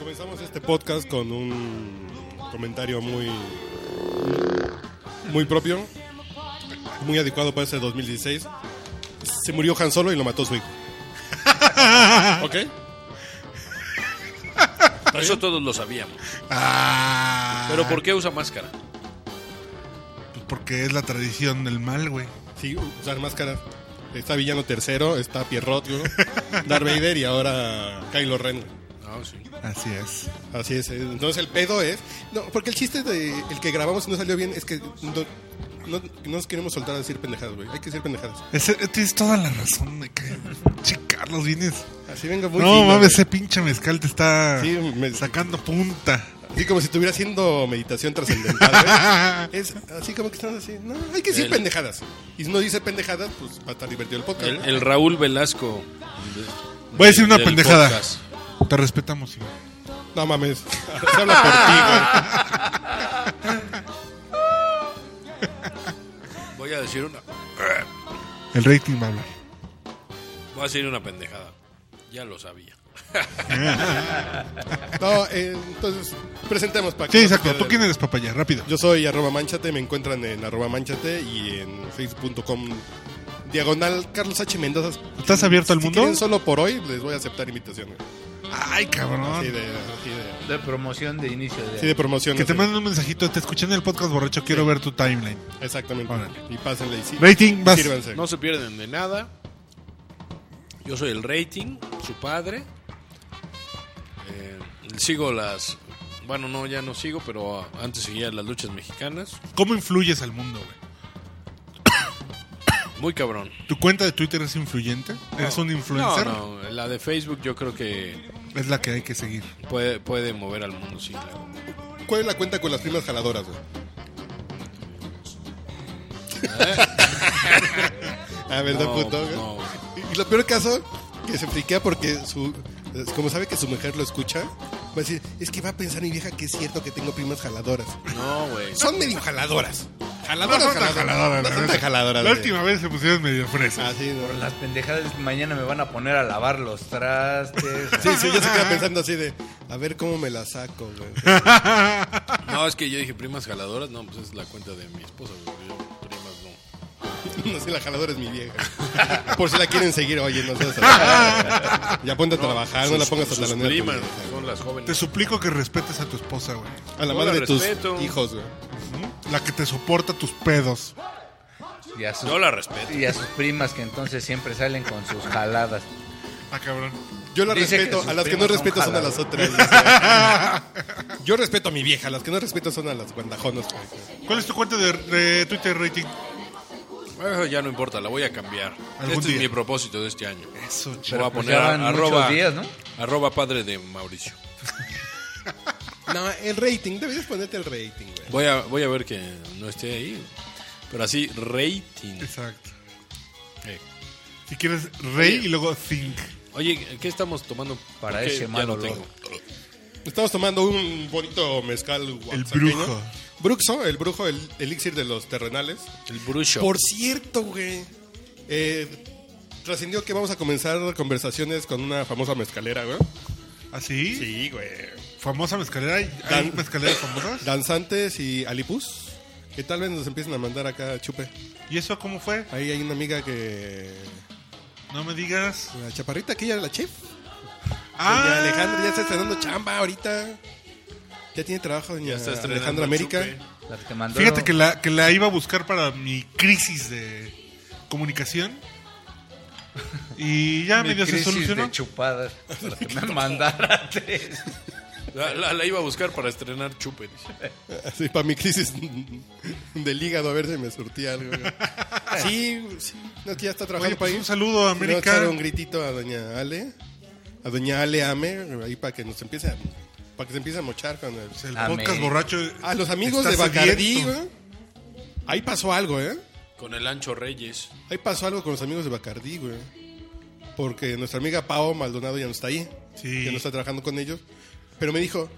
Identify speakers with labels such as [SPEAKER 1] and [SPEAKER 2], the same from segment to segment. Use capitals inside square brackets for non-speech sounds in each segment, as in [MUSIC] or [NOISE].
[SPEAKER 1] Empezamos este podcast con un comentario muy, muy propio, muy adecuado para ese 2016. Se murió Han Solo y lo mató su hijo. ¿Ok?
[SPEAKER 2] Eso todos lo sabíamos.
[SPEAKER 3] Ah,
[SPEAKER 2] Pero ¿por qué usa máscara?
[SPEAKER 3] pues porque es la tradición del mal, güey.
[SPEAKER 1] Sí, usar máscaras. Está Villano Tercero, está Pierrot, güey, Darth Vader y ahora Kylo Ren. güey.
[SPEAKER 2] Ah, sí.
[SPEAKER 3] Así es.
[SPEAKER 1] Así es. eh, Entonces el pedo es. No, porque el chiste de el que grabamos y no salió bien es que no, no- no nos queremos soltar a decir pendejadas, güey. Hay que decir pendejadas.
[SPEAKER 3] Ese- eh, tienes toda la razón de que. Che, Carlos, vienes.
[SPEAKER 1] Así venga muy
[SPEAKER 3] No
[SPEAKER 1] fino,
[SPEAKER 3] mames,
[SPEAKER 1] güey.
[SPEAKER 3] ese pinche mezcal te está
[SPEAKER 1] Sí, eh, me-
[SPEAKER 3] sacando punta. [LAUGHS]
[SPEAKER 1] Así como si estuviera haciendo meditación [LAUGHS] trascendental, güey. Es así como que estamos así. No, hay que decir
[SPEAKER 2] El-
[SPEAKER 1] pendejadas. Y si no dice pendejadas, pues va a estar divertido el podcast.
[SPEAKER 2] El,
[SPEAKER 1] ¿no?
[SPEAKER 2] el Raúl Velasco.
[SPEAKER 3] Voy a decir una
[SPEAKER 2] del
[SPEAKER 3] pendejada.
[SPEAKER 2] podcast.
[SPEAKER 3] Te respetamos, hijo.
[SPEAKER 1] No mames. [LAUGHS] Se habla por ti,
[SPEAKER 2] Voy a decir una.
[SPEAKER 3] El rating va a hablar.
[SPEAKER 2] Voy a decir una pendejada. Ya lo sabía.
[SPEAKER 1] güey. No, eh, entonces, presentemos para
[SPEAKER 3] Sí,
[SPEAKER 1] no se
[SPEAKER 3] exacto.
[SPEAKER 1] pierda
[SPEAKER 3] ¿Tú
[SPEAKER 1] el-
[SPEAKER 3] quién eres, papaya? Rápido.
[SPEAKER 1] Yo soy arroba manchate, me encuentran en arroba manchate y en facebook.com diagonal Carlos H. Mendoza.
[SPEAKER 3] ¿Estás abierto al
[SPEAKER 1] Si
[SPEAKER 3] mundo?
[SPEAKER 1] quieren solo por hoy, les voy a aceptar invitaciones.
[SPEAKER 3] Ay, cabrón.
[SPEAKER 1] Así de, así de,
[SPEAKER 4] De promoción de inicio de.
[SPEAKER 1] así de promoción.
[SPEAKER 3] Que te
[SPEAKER 1] así.
[SPEAKER 3] manden un mensajito. Te escuché en el podcast borracho. Quiero ver tu timeline.
[SPEAKER 1] Exactamente.
[SPEAKER 3] Órale.
[SPEAKER 1] Y pásenle y sí,
[SPEAKER 3] Rating, vas.
[SPEAKER 1] sírvanse.
[SPEAKER 2] No se pierden de nada. Yo soy el rating, su padre. Eh, sigo las... Bueno, no, ya no sigo, pero antes seguía las luchas mexicanas.
[SPEAKER 3] ¿Cómo influyes al mundo, güey?
[SPEAKER 2] Muy cabrón.
[SPEAKER 3] ¿Tu cuenta de Twitter es influyente? ¿Eres un influencer?
[SPEAKER 2] No, no, la de Facebook yo creo que
[SPEAKER 3] Es la que hay que seguir.
[SPEAKER 2] puede, puede mover al mundo, sí, claro.
[SPEAKER 1] ¿Cuál es la cuenta con las primas jaladoras, güey? [LAUGHS] A ver,
[SPEAKER 2] No,
[SPEAKER 1] da puto. güey.
[SPEAKER 2] no.
[SPEAKER 1] Y lo peor caso, que se friquea porque su, como sabe que su mujer lo escucha, va a decir, es que va a pensar mi vieja que es cierto que tengo primas jaladoras.
[SPEAKER 2] No, güey.
[SPEAKER 1] Son medio jaladoras.
[SPEAKER 3] No
[SPEAKER 1] Jaladoras,
[SPEAKER 3] son tan
[SPEAKER 1] No
[SPEAKER 3] jaladoras, la
[SPEAKER 1] son
[SPEAKER 3] neta.
[SPEAKER 1] tan jaladoras.
[SPEAKER 3] La
[SPEAKER 1] güey.
[SPEAKER 3] última vez se pusieron medio fresa.
[SPEAKER 1] Ah, sí, no.
[SPEAKER 4] Por las pendejadas mañana me van a poner a lavar los trastes.
[SPEAKER 1] Sí, sí, yo se queda pensando así de, a ver cómo me la saco, güey. [LAUGHS]
[SPEAKER 2] No, es que yo dije primas jaladoras. No, pues es la cuenta de mi esposa, güey. Yo primas no.
[SPEAKER 1] No sé, la jaladora es mi vieja. Por si la quieren seguir, oye, no seas así. Ya ponte a trabajar, no la
[SPEAKER 2] Sus-
[SPEAKER 1] pongas a
[SPEAKER 2] sus
[SPEAKER 1] talonear. a tu
[SPEAKER 2] primas
[SPEAKER 1] vieja.
[SPEAKER 2] son las
[SPEAKER 3] Te
[SPEAKER 2] jóvenes.
[SPEAKER 3] suplico que respetes a tu esposa, güey.
[SPEAKER 1] A la
[SPEAKER 2] Con
[SPEAKER 1] madre de tus
[SPEAKER 2] respeto.
[SPEAKER 1] hijos, güey.
[SPEAKER 3] La que te soporta tus pedos.
[SPEAKER 4] Y a sus,
[SPEAKER 2] No la respeto.
[SPEAKER 4] y a sus primas que entonces siempre salen con sus jaladas.
[SPEAKER 3] Ah, cabrón.
[SPEAKER 1] Yo la
[SPEAKER 4] Dice que
[SPEAKER 1] respeto,
[SPEAKER 4] sus
[SPEAKER 1] a las que no
[SPEAKER 4] primas son
[SPEAKER 1] respeto son a las otras.
[SPEAKER 4] jaladoras.
[SPEAKER 1] o sea. [LAUGHS] Yo respeto a mi vieja, las que no respeto son a las guandajonas. güey.
[SPEAKER 3] ¿Cuál es tu cuenta de, de Twitter rating?
[SPEAKER 2] Eso ya no importa, la voy a cambiar.
[SPEAKER 3] Algún
[SPEAKER 2] este
[SPEAKER 3] día.
[SPEAKER 2] es mi propósito de este año.
[SPEAKER 3] Eso,
[SPEAKER 2] Me voy a
[SPEAKER 4] pues
[SPEAKER 2] poner
[SPEAKER 4] ya van
[SPEAKER 2] arroba,
[SPEAKER 4] muchos días, ¿no?
[SPEAKER 2] arroba padre de Mauricio.
[SPEAKER 1] No, el rating, deberías ponerte el rating, güey.
[SPEAKER 2] Voy a, voy a ver que no esté ahí. Pero así, rating.
[SPEAKER 3] Exacto.
[SPEAKER 2] Eh.
[SPEAKER 3] Si quieres rey y luego think.
[SPEAKER 2] Oye, ¿qué estamos tomando?
[SPEAKER 4] Para
[SPEAKER 2] Porque
[SPEAKER 4] ese
[SPEAKER 2] ya
[SPEAKER 4] mal
[SPEAKER 2] no
[SPEAKER 4] olor.
[SPEAKER 2] tengo.
[SPEAKER 1] Estamos tomando un bonito mezcal oaxaqueño.
[SPEAKER 3] brujo.
[SPEAKER 1] Bruxo, el brujo, el elixir de los terrenales.
[SPEAKER 2] El brujo.
[SPEAKER 1] Por cierto, güey. eh, trascendió que vamos a comenzar conversaciones con una famosa mezcalera, güey.
[SPEAKER 3] ¿Así?
[SPEAKER 1] Sí, güey.
[SPEAKER 3] ¿Ah, Famosa mezcalera. ¿Hay hay
[SPEAKER 1] Dan-
[SPEAKER 3] mezcaleras famosas?
[SPEAKER 1] Danzantes y alipus. Que tal vez nos empiecen a mandar acá chupe.
[SPEAKER 3] ¿Y eso cómo fue?
[SPEAKER 1] Ahí hay una amiga que.
[SPEAKER 3] No me digas.
[SPEAKER 1] La chaparrita, que ella era la chef. Doña
[SPEAKER 3] Ah,
[SPEAKER 1] Alejandra ya está estrenando chamba ahorita. Ya tiene trabajo, doña
[SPEAKER 2] Ya está estrenando
[SPEAKER 1] Alejandra América. [LAUGHS]
[SPEAKER 2] chupe.
[SPEAKER 4] Las que mandó.
[SPEAKER 3] Fíjate que la, que la iba a buscar para mi crisis de comunicación. Y ya
[SPEAKER 4] mi
[SPEAKER 3] medio se
[SPEAKER 4] crisis
[SPEAKER 3] solucionó.
[SPEAKER 4] de chupadas. Las
[SPEAKER 3] [LAUGHS]
[SPEAKER 4] que me mandara tres.
[SPEAKER 2] La, la- la iba a buscar para estrenar chupe. dice.
[SPEAKER 1] Así para mi crisis [LAUGHS] del hígado, a ver si me surtí algo.
[SPEAKER 3] [LAUGHS]
[SPEAKER 1] güey. Sí, sí. No, que ya está trabajando
[SPEAKER 3] Oye,
[SPEAKER 1] para
[SPEAKER 3] pues,
[SPEAKER 1] ahí.
[SPEAKER 3] un saludo a
[SPEAKER 1] Si no,
[SPEAKER 3] América.
[SPEAKER 1] echar un gritito a doña Ale. A doña Ale Ame, ahí para que nos empiece a, para que se empiece a mochar con el...
[SPEAKER 3] El
[SPEAKER 4] Amén.
[SPEAKER 3] podcast borracho.
[SPEAKER 1] A los amigos
[SPEAKER 3] está
[SPEAKER 1] de Bacardí,
[SPEAKER 3] sediento.
[SPEAKER 1] güey. Ahí pasó algo, ¿eh?
[SPEAKER 2] Con el ancho Reyes.
[SPEAKER 1] Ahí pasó algo con los amigos de Bacardí, güey. Porque nuestra amiga Pao Maldonado ya no está ahí.
[SPEAKER 3] Sí.
[SPEAKER 1] Ya no está trabajando con ellos. Pero me dijo,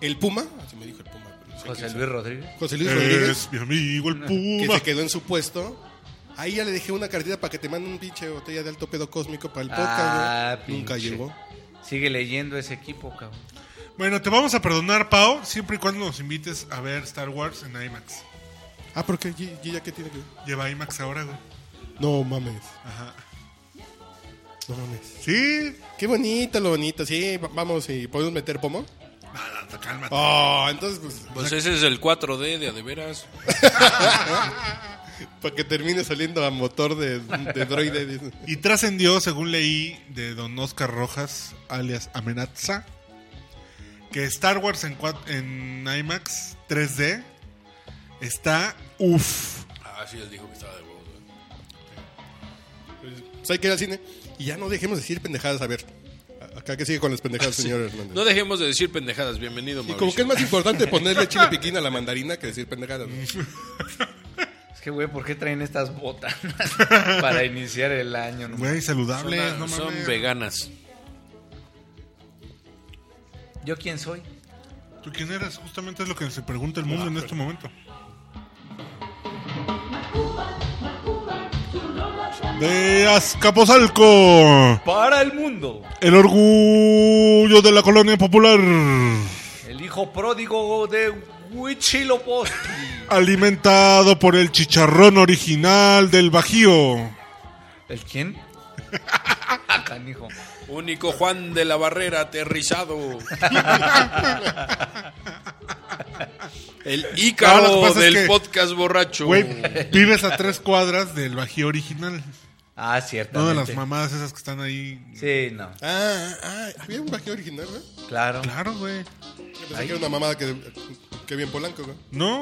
[SPEAKER 1] el Puma, así me dijo el Puma. pero no sé
[SPEAKER 4] José
[SPEAKER 1] quién
[SPEAKER 4] Luis Rodríguez.
[SPEAKER 1] sea. José Luis Rodríguez.
[SPEAKER 3] Es mi amigo el
[SPEAKER 1] que
[SPEAKER 3] Puma.
[SPEAKER 1] se quedó en su puesto. Ahí ya le dejé una cartita para que te mande un pinche botella de alto pedo cósmico para el podcast,
[SPEAKER 4] Ah,
[SPEAKER 1] güey. Nunca
[SPEAKER 4] pinche.
[SPEAKER 1] llegó.
[SPEAKER 4] Sigue leyendo ese equipo, cabrón.
[SPEAKER 3] Bueno, te vamos a perdonar, Pau, siempre y cuando nos invites a ver Star Wars en IMAX.
[SPEAKER 1] Ah, ¿por qué? ¿Y- y ya qué tiene que ver?
[SPEAKER 3] Lleva IMAX ahora, güey.
[SPEAKER 1] No mames,
[SPEAKER 3] Ajá.
[SPEAKER 1] no mames.
[SPEAKER 3] Sí.
[SPEAKER 1] Qué bonito, lo bonito. Sí, va- vamos, y podemos meter pomo.
[SPEAKER 3] Nada, no, cálmate.
[SPEAKER 1] Oh, entonces, pues,
[SPEAKER 2] Pues ese es el 4D de a de veras.
[SPEAKER 1] para que termine saliendo a motor de, de droide. dice.
[SPEAKER 3] Y trascendió, según leí, de don Oscar Rojas, alias Amenaza, que Star Wars en, cuat- en IMAX 3D está uff.
[SPEAKER 2] Ah, sí, él dijo que estaba de huevos. güey.
[SPEAKER 1] Pues hay que ir al cine. Y ya no dejemos de decir pendejadas. A ver, a- acá que sigue con las pendejadas, señor Hernández.
[SPEAKER 2] No dejemos de decir pendejadas. Bienvenido,
[SPEAKER 1] y como que
[SPEAKER 2] Mauricio.
[SPEAKER 1] es más importante ponerle [LAUGHS] chile piquín a la mandarina que decir pendejadas. ¿no?
[SPEAKER 4] Es que, güey, ¿por qué traen estas
[SPEAKER 3] [LAUGHS]
[SPEAKER 4] botas para iniciar el año? no?
[SPEAKER 3] Güey,
[SPEAKER 2] Son,
[SPEAKER 3] saludables,
[SPEAKER 2] a-
[SPEAKER 3] no
[SPEAKER 2] son
[SPEAKER 3] mames.
[SPEAKER 2] veganas.
[SPEAKER 4] ¿Yo quién soy?
[SPEAKER 3] ¿Tú quién eres? Justamente es lo que se pregunta el mundo en este momento. De Azcapotzalco,
[SPEAKER 4] Para el mundo.
[SPEAKER 3] el orgullo de la colonia popular,
[SPEAKER 4] El hijo pródigo de Huichilopochtli.
[SPEAKER 3] alimentado por el chicharrón original del Bajío.
[SPEAKER 4] ¿El quién? Canijo.
[SPEAKER 2] Único Juan de la Barrera aterrizado. el
[SPEAKER 3] No, lo que
[SPEAKER 2] Ícaro
[SPEAKER 3] pasa es
[SPEAKER 2] del
[SPEAKER 3] que-
[SPEAKER 2] podcast borracho.
[SPEAKER 3] Güey, vives a tres cuadras del Bajío original.
[SPEAKER 4] Ah, cierto.
[SPEAKER 3] No de las mamadas esas que están ahí.
[SPEAKER 4] Sí, no.
[SPEAKER 1] Ah, ah, había un bajío original, ¿no?
[SPEAKER 4] Claro.
[SPEAKER 3] Claro, güey.
[SPEAKER 1] Yo pensé que era una mamada que, que bien polanco, ¿no?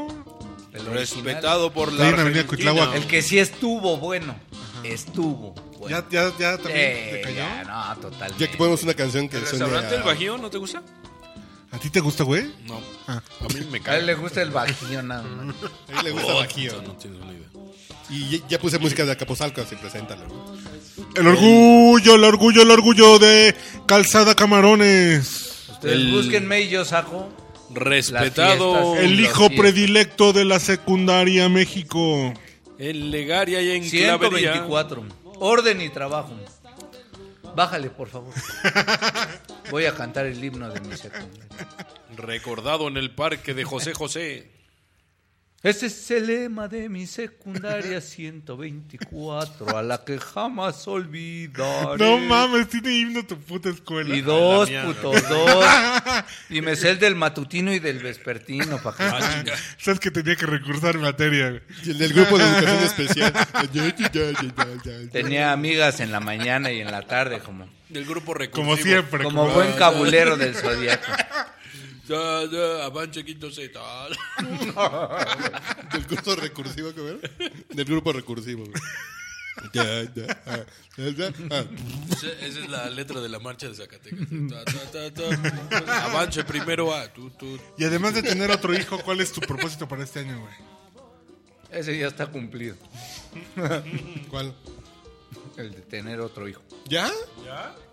[SPEAKER 3] No,
[SPEAKER 4] El original.
[SPEAKER 2] Respetado por la
[SPEAKER 3] Ahí en la avenida
[SPEAKER 2] Argentina.
[SPEAKER 3] Cuitláhuac.
[SPEAKER 4] El que sí estuvo bueno. Estuvo. Bueno.
[SPEAKER 3] ya, ya, ya también te
[SPEAKER 4] Sí,
[SPEAKER 3] cayó.
[SPEAKER 4] ya, no, totalmente.
[SPEAKER 1] Ya que ponemos una canción que
[SPEAKER 2] ¿El
[SPEAKER 1] suene
[SPEAKER 2] restaurante
[SPEAKER 1] a-
[SPEAKER 2] El Bajío no te gusta?
[SPEAKER 3] ¿A ti te gusta, güey?
[SPEAKER 2] No.
[SPEAKER 3] Ah.
[SPEAKER 2] A mí me
[SPEAKER 4] A él
[SPEAKER 2] cae.
[SPEAKER 4] le gusta el bajío, nada más.
[SPEAKER 1] A él le gusta bajío.
[SPEAKER 2] No tienes una idea.
[SPEAKER 1] Y ya, ya puse música de Acapozalco, así preséntalo. ¿no?
[SPEAKER 3] El orgullo, el orgullo, el orgullo de Calzada Camarones.
[SPEAKER 4] Ustedes
[SPEAKER 2] El-
[SPEAKER 4] búsquenme y yo saco.
[SPEAKER 2] Respetado.
[SPEAKER 4] Las fiestas.
[SPEAKER 3] El
[SPEAKER 4] Los
[SPEAKER 3] hijo
[SPEAKER 4] diez.
[SPEAKER 3] predilecto de la secundaria México.
[SPEAKER 2] En Legaria y en Clavería.
[SPEAKER 4] 124. Orden y trabajo. Bájale, por favor. Voy a cantar el himno de mi secundaria.
[SPEAKER 2] Recordado en el parque de José
[SPEAKER 3] [LAUGHS]
[SPEAKER 2] José.
[SPEAKER 4] Ese es el lema de
[SPEAKER 3] [LAUGHS]
[SPEAKER 4] mi secundaria 124, a la que jamás olvidaré.
[SPEAKER 3] No mames, tiene himno tu puta
[SPEAKER 4] Y
[SPEAKER 3] escuela.
[SPEAKER 4] dos,
[SPEAKER 2] mía,
[SPEAKER 4] puto, dos.
[SPEAKER 3] [LAUGHS]
[SPEAKER 4] Y me sé el del matutino y del vespertino, pa' que-
[SPEAKER 2] Ah,
[SPEAKER 3] Sabes que tenía que recursar materia. güey.
[SPEAKER 1] Y el del grupo de educación especial. [LAUGHS] Ya, ya, ya, ya, ya.
[SPEAKER 4] [LAUGHS] Tenía amigas en la mañana y en la tarde, como,
[SPEAKER 2] Del grupo recursivo.
[SPEAKER 3] Como siempre.
[SPEAKER 4] como buen cabulero del zodiaco.
[SPEAKER 2] Ya, ya, avance, quítose, tal.
[SPEAKER 1] Del curso recursivo, ¿cómo era? Del grupo recursivo. güey. Ya, ya, ah, ya, ya, ah.
[SPEAKER 2] Esa esa es la letra de la marcha de
[SPEAKER 3] [LAUGHS]
[SPEAKER 2] Zacatecas. Ta, ta, ta, ta. Avance primero a. Tú, tú.
[SPEAKER 3] Y además de tener otro hijo, ¿cuál es tu propósito para este año, güey?
[SPEAKER 4] Ese ya está cumplido,
[SPEAKER 1] ¿Cuál?
[SPEAKER 4] el de tener otro hijo.
[SPEAKER 1] ¿Ya?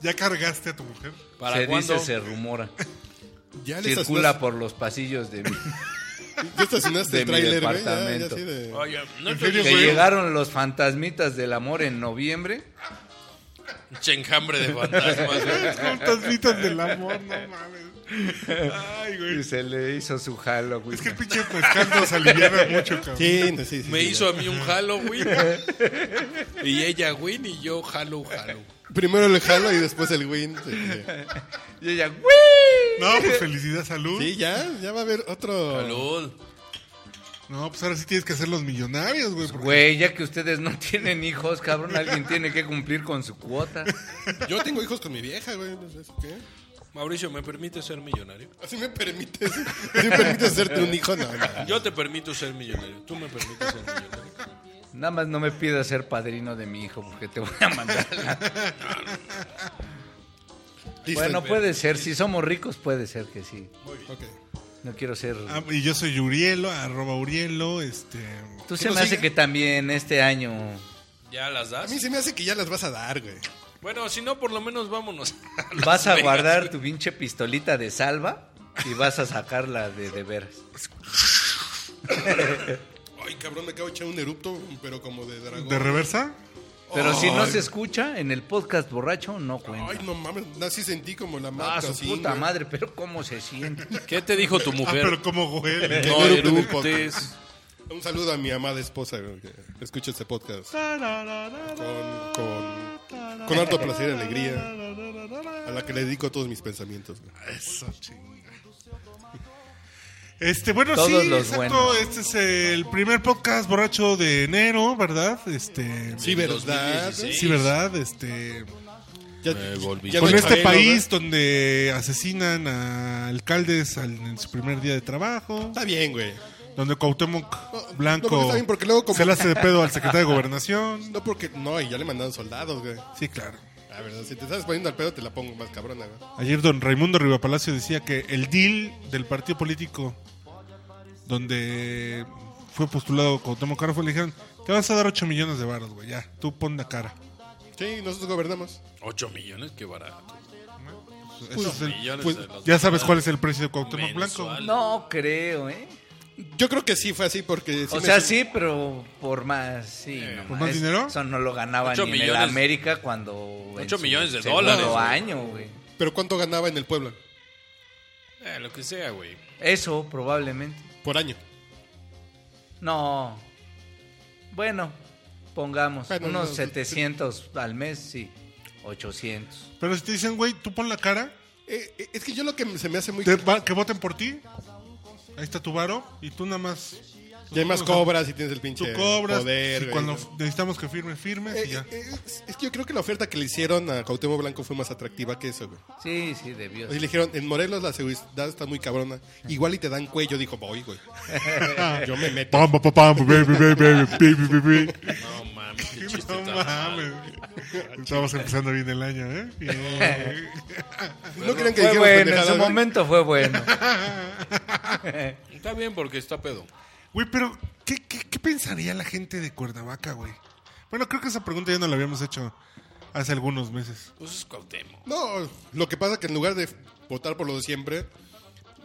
[SPEAKER 3] ¿Ya cargaste a tu mujer?
[SPEAKER 2] ¿Para
[SPEAKER 4] se
[SPEAKER 2] cuándo?
[SPEAKER 4] dice,
[SPEAKER 3] [LAUGHS]
[SPEAKER 4] se rumora.
[SPEAKER 1] ¿Ya le
[SPEAKER 4] Circula
[SPEAKER 1] estacionaste,
[SPEAKER 4] por los pasillos de mi-
[SPEAKER 1] ya estacionaste
[SPEAKER 4] de
[SPEAKER 1] el
[SPEAKER 4] mi
[SPEAKER 1] tráiler, güey? Ya, ya
[SPEAKER 4] departamento.
[SPEAKER 1] así de...
[SPEAKER 2] Oye, no
[SPEAKER 3] ¿En
[SPEAKER 2] te
[SPEAKER 3] serio,
[SPEAKER 4] que
[SPEAKER 3] güey?
[SPEAKER 4] llegaron los fantasmitas del amor en noviembre.
[SPEAKER 2] Che enjambre de fantasmas. güey.
[SPEAKER 3] Fantasmitas del amor, no mames. Ay,
[SPEAKER 4] Y
[SPEAKER 3] güey.
[SPEAKER 4] se le hizo su Halloween.
[SPEAKER 3] Es que el pinche mezcal nos aliviana mucho, cabrón.
[SPEAKER 1] Sí, no, sí, sí,
[SPEAKER 2] Me
[SPEAKER 1] sí,
[SPEAKER 2] hizo a mí un Halloween. Y ella Win y yo Halo Halo.
[SPEAKER 1] ya. Primero el jalo y después el win. Sí, sí.
[SPEAKER 4] Y ella, ¡Wii!
[SPEAKER 3] No, pues felicidad, salud.
[SPEAKER 1] Sí, ya, ya va a haber otro...
[SPEAKER 2] Salud.
[SPEAKER 3] No, pues ahora sí tienes que ser los millonarios, güey. porque-
[SPEAKER 4] Güey, ya que ustedes no [LAUGHS] tienen hijos, cabrón, alguien tiene que cumplir con su cuota.
[SPEAKER 1] Yo tengo hijos con mi vieja, güey. No sé, ¿qué?
[SPEAKER 2] Mauricio, ¿me permite ser millonario?
[SPEAKER 1] Así me permites, así me permites hacerte un hijo, no,
[SPEAKER 3] Ah.
[SPEAKER 1] no.
[SPEAKER 2] Yo te permito ser millonario. Tú me permites ser millonario.
[SPEAKER 4] Nada más no me pidas ser padrino de mi hijo porque te voy a mandar.
[SPEAKER 1] Listo,
[SPEAKER 4] Bueno,
[SPEAKER 1] güey.
[SPEAKER 4] puede ser, si somos ricos puede ser que sí.
[SPEAKER 1] Ok.
[SPEAKER 4] No quiero ser...
[SPEAKER 3] Ah, y yo soy Urielo, arroba Urielo, este...
[SPEAKER 4] Tú se
[SPEAKER 1] no
[SPEAKER 4] me hace
[SPEAKER 1] siga.
[SPEAKER 4] que también este año...
[SPEAKER 2] ¿Ya las
[SPEAKER 1] A
[SPEAKER 2] das?
[SPEAKER 1] mí se me hace que ya las vas a dar, güey.
[SPEAKER 2] Bueno, si no, por lo menos vámonos. [LAUGHS]
[SPEAKER 4] Vas a
[SPEAKER 2] Vegas,
[SPEAKER 4] guardar tu pinche pistolita de salva y vas a sacarla de de veras.
[SPEAKER 1] Ay, cabrón, me acabo de echar un erupto, pero como de dragón.
[SPEAKER 3] ¿De reversa? Ah,
[SPEAKER 4] Pero si no se escucha en el podcast borracho, no cuenta.
[SPEAKER 1] Ay, no mames, así sentí como la
[SPEAKER 4] Ah,
[SPEAKER 1] mata.
[SPEAKER 4] su
[SPEAKER 1] así,
[SPEAKER 4] puta
[SPEAKER 1] güey.
[SPEAKER 4] madre, pero cómo se siente.
[SPEAKER 2] [LAUGHS] ¿Qué te dijo tu
[SPEAKER 3] Ah,
[SPEAKER 2] mujer?
[SPEAKER 3] pero cómo huele.
[SPEAKER 2] [LAUGHS] No
[SPEAKER 1] Qué grupo de
[SPEAKER 2] eructes.
[SPEAKER 1] Un saludo a mi amada esposa güey, que escucha este podcast. Con, con, con harto placer y alegría. A la que le dedico todos mis pensamientos. güey.
[SPEAKER 3] Eso, chinga. [LAUGHS] Este, bueno,
[SPEAKER 4] Todos
[SPEAKER 3] sí,
[SPEAKER 4] los
[SPEAKER 3] exacto.
[SPEAKER 4] buenos.
[SPEAKER 3] Este es el primer podcast borracho de enero, ¿verdad? Este.
[SPEAKER 1] Sí, ¿verdad?
[SPEAKER 2] 2016.
[SPEAKER 3] sí, ¿verdad? Este.
[SPEAKER 1] Ya,
[SPEAKER 2] Me volví.
[SPEAKER 1] ya
[SPEAKER 3] con
[SPEAKER 1] no hay
[SPEAKER 3] este
[SPEAKER 1] faena,
[SPEAKER 3] país donde asesinan a alcaldes al- en su primer día de trabajo,
[SPEAKER 1] Está bien, güey.
[SPEAKER 3] donde Cuauhtémoc
[SPEAKER 1] no, porque
[SPEAKER 3] Blanco
[SPEAKER 1] está bien, porque luego como-
[SPEAKER 3] se le hace de pedo al secretario de Gobernación.
[SPEAKER 1] No, porque. No, y ya le mandaron soldados, güey.
[SPEAKER 3] Sí, claro.
[SPEAKER 1] La verdad, si te estás poniendo al pedo, te la pongo más cabrona, güey.
[SPEAKER 3] Ayer don Raimundo Rivapalacio decía que el deal del partido político donde fue postulado Cuauhtémoc Caro le dijeron, te vas a dar 8 millones de baros, güey, ya, tú pon la cara.
[SPEAKER 1] Sí, nosotros gobernamos.
[SPEAKER 2] 8 millones, qué barato.
[SPEAKER 3] Ese es el-
[SPEAKER 2] millones
[SPEAKER 3] pues,
[SPEAKER 2] de los-
[SPEAKER 3] ya sabes cuál es el precio de Cuauhtémoc Blanco.
[SPEAKER 2] Mensual.
[SPEAKER 4] No creo, ¿eh?
[SPEAKER 1] Yo creo que sí fue así porque.
[SPEAKER 4] O
[SPEAKER 1] me-
[SPEAKER 4] sea, sí, pero por más, sí. no
[SPEAKER 3] ¿Por más dinero?
[SPEAKER 4] Eso no lo ganaba
[SPEAKER 2] Eh, Ocho
[SPEAKER 4] ni en
[SPEAKER 2] millones.
[SPEAKER 4] el América cuando... en
[SPEAKER 2] Ocho
[SPEAKER 4] su
[SPEAKER 2] millones de
[SPEAKER 4] segundo
[SPEAKER 2] dólares, güey.
[SPEAKER 4] año, güey.
[SPEAKER 1] Pero ¿cuánto ganaba en el pueblo?
[SPEAKER 2] Eh, lo que sea, güey.
[SPEAKER 4] Eso, probablemente.
[SPEAKER 1] Por año.
[SPEAKER 4] No. Bueno, pongamos
[SPEAKER 1] Bueno,
[SPEAKER 4] unos
[SPEAKER 1] no,
[SPEAKER 4] 700 al mes, sí. 800.
[SPEAKER 3] Pero si te dicen, güey, tú pon la cara,
[SPEAKER 1] Eh, eh, es que yo lo que se me hace muy.
[SPEAKER 3] te va- que voten por ti, ahí está tu varo, y tú nada más...
[SPEAKER 1] Ya hay más cobras y tienes el
[SPEAKER 3] Tú
[SPEAKER 1] pinche
[SPEAKER 3] cobras,
[SPEAKER 1] poder.
[SPEAKER 3] si
[SPEAKER 1] güey.
[SPEAKER 3] cuando necesitamos que firme, firmes
[SPEAKER 1] Eh,
[SPEAKER 3] y ya.
[SPEAKER 1] eh, es, es que yo creo que la oferta que le hicieron a Cautemo Blanco fue más atractiva que eso, güey.
[SPEAKER 4] Sí, sí, debió
[SPEAKER 1] Así le
[SPEAKER 4] ser.
[SPEAKER 1] dijeron, en Morelos la seguridad está muy cabrona. Igual y te dan cuello, dijo, voy,
[SPEAKER 4] [LAUGHS]
[SPEAKER 1] güey. Yo me meto.
[SPEAKER 3] Pam, pam, pam, pam, baby, baby, baby, baby, baby.
[SPEAKER 2] No mames, qué chiste
[SPEAKER 3] [LAUGHS] No
[SPEAKER 2] tan
[SPEAKER 3] mames.
[SPEAKER 2] mal.
[SPEAKER 3] Estamos empezando bien el año, ¿eh?
[SPEAKER 2] [LAUGHS]
[SPEAKER 3] Bien.
[SPEAKER 1] No crean que
[SPEAKER 4] Fue
[SPEAKER 1] dijeron
[SPEAKER 4] bueno, en
[SPEAKER 1] pendejadas,
[SPEAKER 4] su
[SPEAKER 1] güey?
[SPEAKER 4] momento fue bueno.
[SPEAKER 2] Está bien porque está pedo.
[SPEAKER 3] Güey, pero ¿qué, qué, qué pensaría la gente de Cuernavaca, güey? Bueno, creo que esa pregunta ya no la habíamos hecho hace algunos meses.
[SPEAKER 2] Pues es Cuauhtémoc.
[SPEAKER 1] No, lo que pasa que en lugar de votar por los de siempre,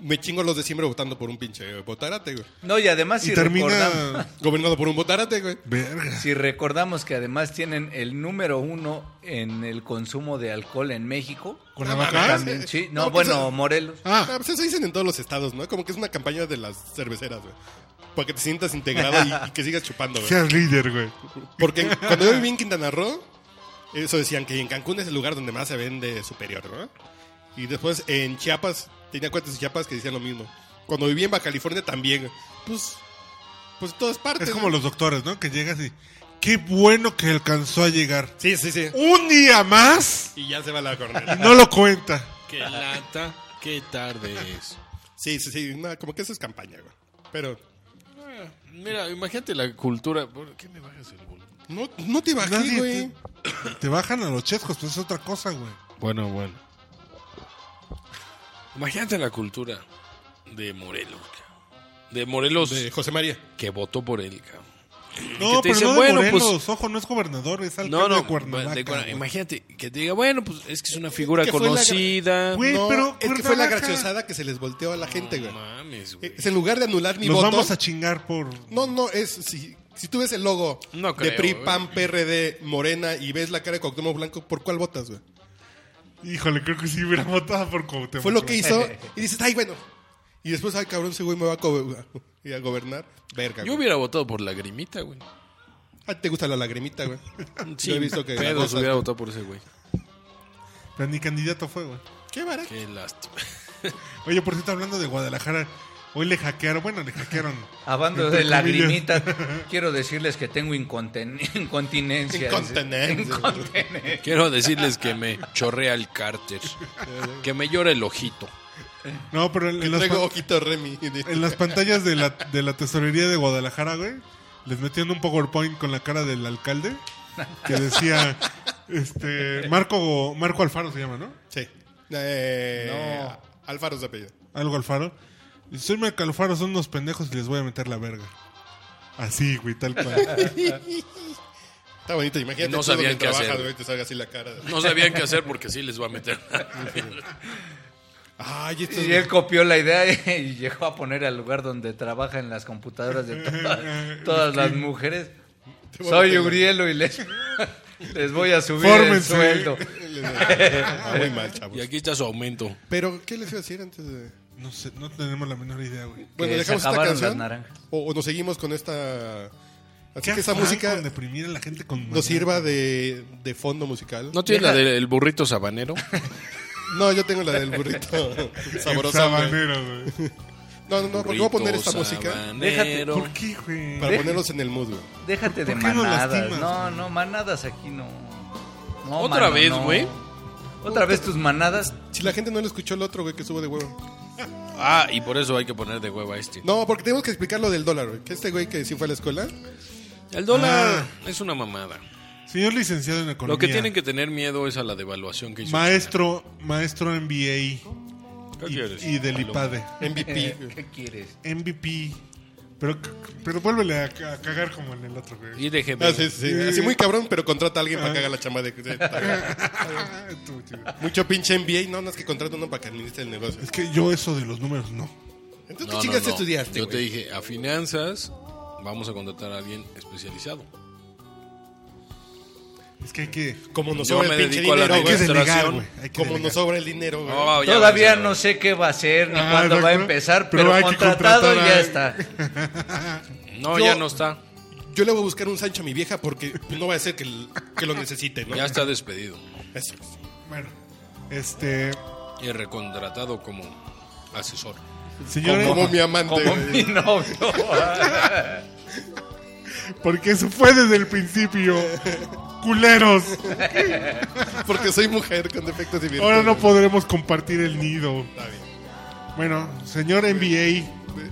[SPEAKER 1] me chingo a los de siempre votando por un pinche botarate, güey.
[SPEAKER 4] No,
[SPEAKER 1] [LAUGHS]
[SPEAKER 4] y además
[SPEAKER 3] Y
[SPEAKER 4] si recordamos...
[SPEAKER 3] termina...
[SPEAKER 1] Gobernado por un botarate, güey.
[SPEAKER 3] Verga.
[SPEAKER 4] Si recordamos que además tienen el número uno en el consumo de alcohol en México. Ah,
[SPEAKER 3] ¿Cuernavaca?
[SPEAKER 4] También, sí. No,
[SPEAKER 1] No, pues,
[SPEAKER 4] bueno,
[SPEAKER 1] eh.
[SPEAKER 4] Morelos.
[SPEAKER 1] Ah,
[SPEAKER 3] Ah,
[SPEAKER 1] pues eso dicen en todos los estados, ¿no? Como que es una campaña de las cerveceras, güey. Para que te sientas integrado y, y que sigas chupando, güey.
[SPEAKER 3] seas líder, güey.
[SPEAKER 1] Porque
[SPEAKER 3] [LAUGHS]
[SPEAKER 1] cuando yo viví en Quintana Roo, eso decían que en Cancún es el lugar donde más se vende superior, ¿no? Y después en Chiapas, tenía cuentas en Chiapas que decían lo mismo. Cuando viví en Baja California también, pues, pues en todas partes.
[SPEAKER 3] Es como
[SPEAKER 1] ¿no?
[SPEAKER 3] los doctores, ¿no? Que llegas y... Qué bueno que alcanzó a llegar.
[SPEAKER 1] Sí, sí, sí.
[SPEAKER 3] Un día más
[SPEAKER 1] Y ya se va la
[SPEAKER 3] y
[SPEAKER 1] corneta.
[SPEAKER 3] no lo cuenta.
[SPEAKER 4] [LAUGHS]
[SPEAKER 2] Qué lata, qué tarde es.
[SPEAKER 1] Sí, sí, sí. No, como que eso es campaña, güey. Pero
[SPEAKER 2] Ah, Mira, imagínate la cultura. ¿Por qué me bajas el volumen?
[SPEAKER 1] no, no te bajé,
[SPEAKER 3] Nadie
[SPEAKER 1] güey.
[SPEAKER 3] te, te bajan a los chescos, pues es otra cosa, güey.
[SPEAKER 2] Bueno, bueno. Imagínate la cultura de Morelos, cabrón. De Morelos
[SPEAKER 1] De Eh, José María.
[SPEAKER 2] que votó por él, cabrón.
[SPEAKER 3] No,
[SPEAKER 2] te
[SPEAKER 3] pero
[SPEAKER 2] dicen,
[SPEAKER 3] no de
[SPEAKER 2] bueno,
[SPEAKER 3] Morelos,
[SPEAKER 2] pues-
[SPEAKER 3] ojo, no es gobernador, es alcalde
[SPEAKER 2] No, no,
[SPEAKER 3] de Cuernavaca.
[SPEAKER 2] de Cuerna-
[SPEAKER 3] güey.
[SPEAKER 2] imagínate que te diga, bueno, pues es que es una figura
[SPEAKER 1] que fue la gra-
[SPEAKER 2] conocida.
[SPEAKER 3] Güey,
[SPEAKER 1] no,
[SPEAKER 3] pero
[SPEAKER 1] es que fue la
[SPEAKER 3] Cuernavaca.
[SPEAKER 1] graciosada que se les volteó a la gente, güey.
[SPEAKER 2] No mames, güey.
[SPEAKER 1] Es en lugar de anular mi
[SPEAKER 3] Nos
[SPEAKER 1] voto.
[SPEAKER 3] vamos a chingar por...
[SPEAKER 1] No, no, es si, si tú ves el logo
[SPEAKER 2] No
[SPEAKER 1] de
[SPEAKER 2] creo, eh.
[SPEAKER 1] PRI,
[SPEAKER 2] güey.
[SPEAKER 1] PAN, PRD, Morena y ves la cara de Cuauhtémoc Blanco, ¿por cuál votas, güey?
[SPEAKER 3] Híjole, creo que sí hubiera [LAUGHS] votado por Cuauhtémoc.
[SPEAKER 1] Fue lo que hizo y dices, ay, bueno. Y después, ay, cabrón, ese güey me va a, go- [LAUGHS] y a gobernar. Verga,
[SPEAKER 2] Yo
[SPEAKER 1] güey.
[SPEAKER 2] hubiera votado por la grimita, güey.
[SPEAKER 1] Ah, ¿Te gusta la lagrimita,
[SPEAKER 2] [LAUGHS]
[SPEAKER 1] güey? Yo he visto que... la
[SPEAKER 2] pedos
[SPEAKER 1] gozas,
[SPEAKER 2] hubiera
[SPEAKER 1] güey.
[SPEAKER 2] votado por ese güey.
[SPEAKER 3] Pero ni candidato fue, güey.
[SPEAKER 1] Qué barato.
[SPEAKER 2] Qué lástima. [LAUGHS]
[SPEAKER 3] Oye, por cierto, hablando de Guadalajara, hoy le hackearon, bueno,
[SPEAKER 1] [LAUGHS]
[SPEAKER 3] le hackearon.
[SPEAKER 4] Hablando
[SPEAKER 3] entre
[SPEAKER 4] de
[SPEAKER 3] comillas.
[SPEAKER 4] lagrimitas, quiero decirles que tengo inconten- incontinencia.
[SPEAKER 1] Incontinencia.
[SPEAKER 4] Incontinencia.
[SPEAKER 2] Quiero decirles que me chorrea el cárter. Que me llora el ojito.
[SPEAKER 3] No, pero en, en las,
[SPEAKER 1] Traigo
[SPEAKER 3] pan-
[SPEAKER 1] ojito Remy.
[SPEAKER 3] en las pantallas de la, de la tesorería de Guadalajara, güey, les metieron un PowerPoint con la cara del alcalde que
[SPEAKER 1] [LAUGHS]
[SPEAKER 3] decía, este, Marco, Marco Alfaro se llama, ¿no?
[SPEAKER 1] Sí. Eh, Alfaro es de apellido.
[SPEAKER 3] Algo Alfaro. Y soy Marco Alfaro, son unos pendejos y les voy a meter la verga. Así, güey,
[SPEAKER 1] [LAUGHS]
[SPEAKER 3] tal cual.
[SPEAKER 1] Está bonito, imagínate.
[SPEAKER 2] No
[SPEAKER 1] todo
[SPEAKER 2] sabían
[SPEAKER 1] lo que
[SPEAKER 2] qué hacer,
[SPEAKER 1] trabajas,
[SPEAKER 2] güey.
[SPEAKER 1] güey, Te salga así la cara.
[SPEAKER 2] No sabían qué hacer porque sí les va a meter.
[SPEAKER 1] Ay, esto es-
[SPEAKER 4] Y él copió la idea y llegó a poner al lugar donde trabaja en
[SPEAKER 1] [LAUGHS]
[SPEAKER 4] las computadoras de todas, todas las mujeres.
[SPEAKER 1] Te voy a
[SPEAKER 4] Soy
[SPEAKER 1] meter-
[SPEAKER 4] Urielo y les... [LAUGHS] Les voy a subir el
[SPEAKER 3] Fórmense.
[SPEAKER 4] sueldo.
[SPEAKER 1] [LAUGHS] Ah, Muy mal, chavos.
[SPEAKER 2] Y aquí está su aumento.
[SPEAKER 1] Pero, ¿qué les iba a decir antes de...?
[SPEAKER 3] No sé, no tenemos la menor idea, güey.
[SPEAKER 1] Bueno,
[SPEAKER 4] se
[SPEAKER 1] dejamos esta
[SPEAKER 4] acabaron
[SPEAKER 1] canción.
[SPEAKER 4] las naranjas.
[SPEAKER 1] O, o nos seguimos con esta... Así
[SPEAKER 3] ¿Qué
[SPEAKER 1] que esta
[SPEAKER 3] afán
[SPEAKER 1] música
[SPEAKER 3] con deprimir a la gente con
[SPEAKER 1] nos sirva de, de fondo musical.
[SPEAKER 2] ¿No tiene la del burrito sabanero?
[SPEAKER 1] No, yo tengo la del burrito
[SPEAKER 2] [LAUGHS]
[SPEAKER 1] [LAUGHS]
[SPEAKER 3] sabroso.
[SPEAKER 1] sabrosa. güey.
[SPEAKER 3] Sabanero, güey.
[SPEAKER 1] No, no, no, porque voy a poner esta música
[SPEAKER 2] Sabanero.
[SPEAKER 3] ¿Por qué, güey?
[SPEAKER 1] para ponerlos en el mood, güey.
[SPEAKER 4] Déjate de
[SPEAKER 3] ¿Por qué nos
[SPEAKER 4] manadas.
[SPEAKER 3] lastimas,
[SPEAKER 4] No, no, manadas aquí no. No,
[SPEAKER 2] ¿Otra vez, güey?
[SPEAKER 4] ¿Otra vez tus manadas?
[SPEAKER 1] Si la gente no lo escuchó el otro, güey, que estuvo de huevo.
[SPEAKER 2] Ah, y por eso hay que poner de hueva este.
[SPEAKER 1] No, porque tenemos que explicar lo del dólar, güey. Que este güey que sí fue a la escuela.
[SPEAKER 2] El dólar
[SPEAKER 1] Ah.
[SPEAKER 2] es una mamada.
[SPEAKER 3] Señor licenciado en economía.
[SPEAKER 2] Lo que tienen que tener miedo es a la devaluación que hizo.
[SPEAKER 3] Maestro, maestro MBA
[SPEAKER 2] ¿Qué
[SPEAKER 3] y,
[SPEAKER 2] quieres?
[SPEAKER 3] y del IPADE.
[SPEAKER 1] MVP.
[SPEAKER 4] Eh,
[SPEAKER 2] [LAUGHS]
[SPEAKER 1] güey.
[SPEAKER 4] ¿Qué quieres?
[SPEAKER 3] MVP. Pero, pero vuélvele a, ca- a cagar como en el otro, güey.
[SPEAKER 2] Y déjeme.
[SPEAKER 1] Ah, sí, sí, sí. Así muy cabrón, pero contrata a alguien para que haga la chamba de... de-
[SPEAKER 3] Ah, tú, tío.
[SPEAKER 1] Mucho pinche MBA. No, no es que contrata uno para que administre el negocio.
[SPEAKER 3] Es que yo eso de los números no.
[SPEAKER 1] Entonces,
[SPEAKER 2] No,
[SPEAKER 1] ¿qué
[SPEAKER 2] no,
[SPEAKER 1] chingas
[SPEAKER 2] no.
[SPEAKER 1] estudiaste,
[SPEAKER 2] Yo te
[SPEAKER 1] güey?
[SPEAKER 2] dije, a finanzas vamos a contratar a alguien especializado.
[SPEAKER 3] Es que hay que,
[SPEAKER 1] Como nos
[SPEAKER 2] Yo
[SPEAKER 1] sobra
[SPEAKER 2] me
[SPEAKER 1] el pinche
[SPEAKER 2] dedico a la
[SPEAKER 1] dinero,
[SPEAKER 3] hay que
[SPEAKER 1] güey.
[SPEAKER 2] administración.
[SPEAKER 3] delegar, güey. Hay que
[SPEAKER 1] Como nos
[SPEAKER 3] delegar.
[SPEAKER 1] sobra el dinero, güey.
[SPEAKER 2] Oh, ya
[SPEAKER 4] Todavía
[SPEAKER 2] ves,
[SPEAKER 4] no sé qué va a ser ni
[SPEAKER 3] Ah,
[SPEAKER 4] cuándo va a
[SPEAKER 3] exacto.
[SPEAKER 4] empezar,
[SPEAKER 3] Pero
[SPEAKER 4] pero,
[SPEAKER 3] hay que
[SPEAKER 4] contratado
[SPEAKER 3] contratar a-
[SPEAKER 4] ya está.
[SPEAKER 2] No,
[SPEAKER 1] Yo-
[SPEAKER 2] ya no está.
[SPEAKER 1] Yo le voy a buscar un Sancho a mi vieja porque no va a ser que, el- que lo necesite, ¿no?
[SPEAKER 2] Ya está despedido.
[SPEAKER 1] Eso.
[SPEAKER 3] Bueno, este.
[SPEAKER 2] Y recontratado como asesor.
[SPEAKER 3] Señor,
[SPEAKER 1] Como mi amante.
[SPEAKER 4] Como
[SPEAKER 1] güey.
[SPEAKER 4] mi novio.
[SPEAKER 3] porque eso fue desde el principio. Culeros.
[SPEAKER 1] Porque soy mujer con defectos y virtudes.
[SPEAKER 3] Ahora no podremos compartir el nido.
[SPEAKER 1] Está bien.
[SPEAKER 3] Bueno, señor MBA,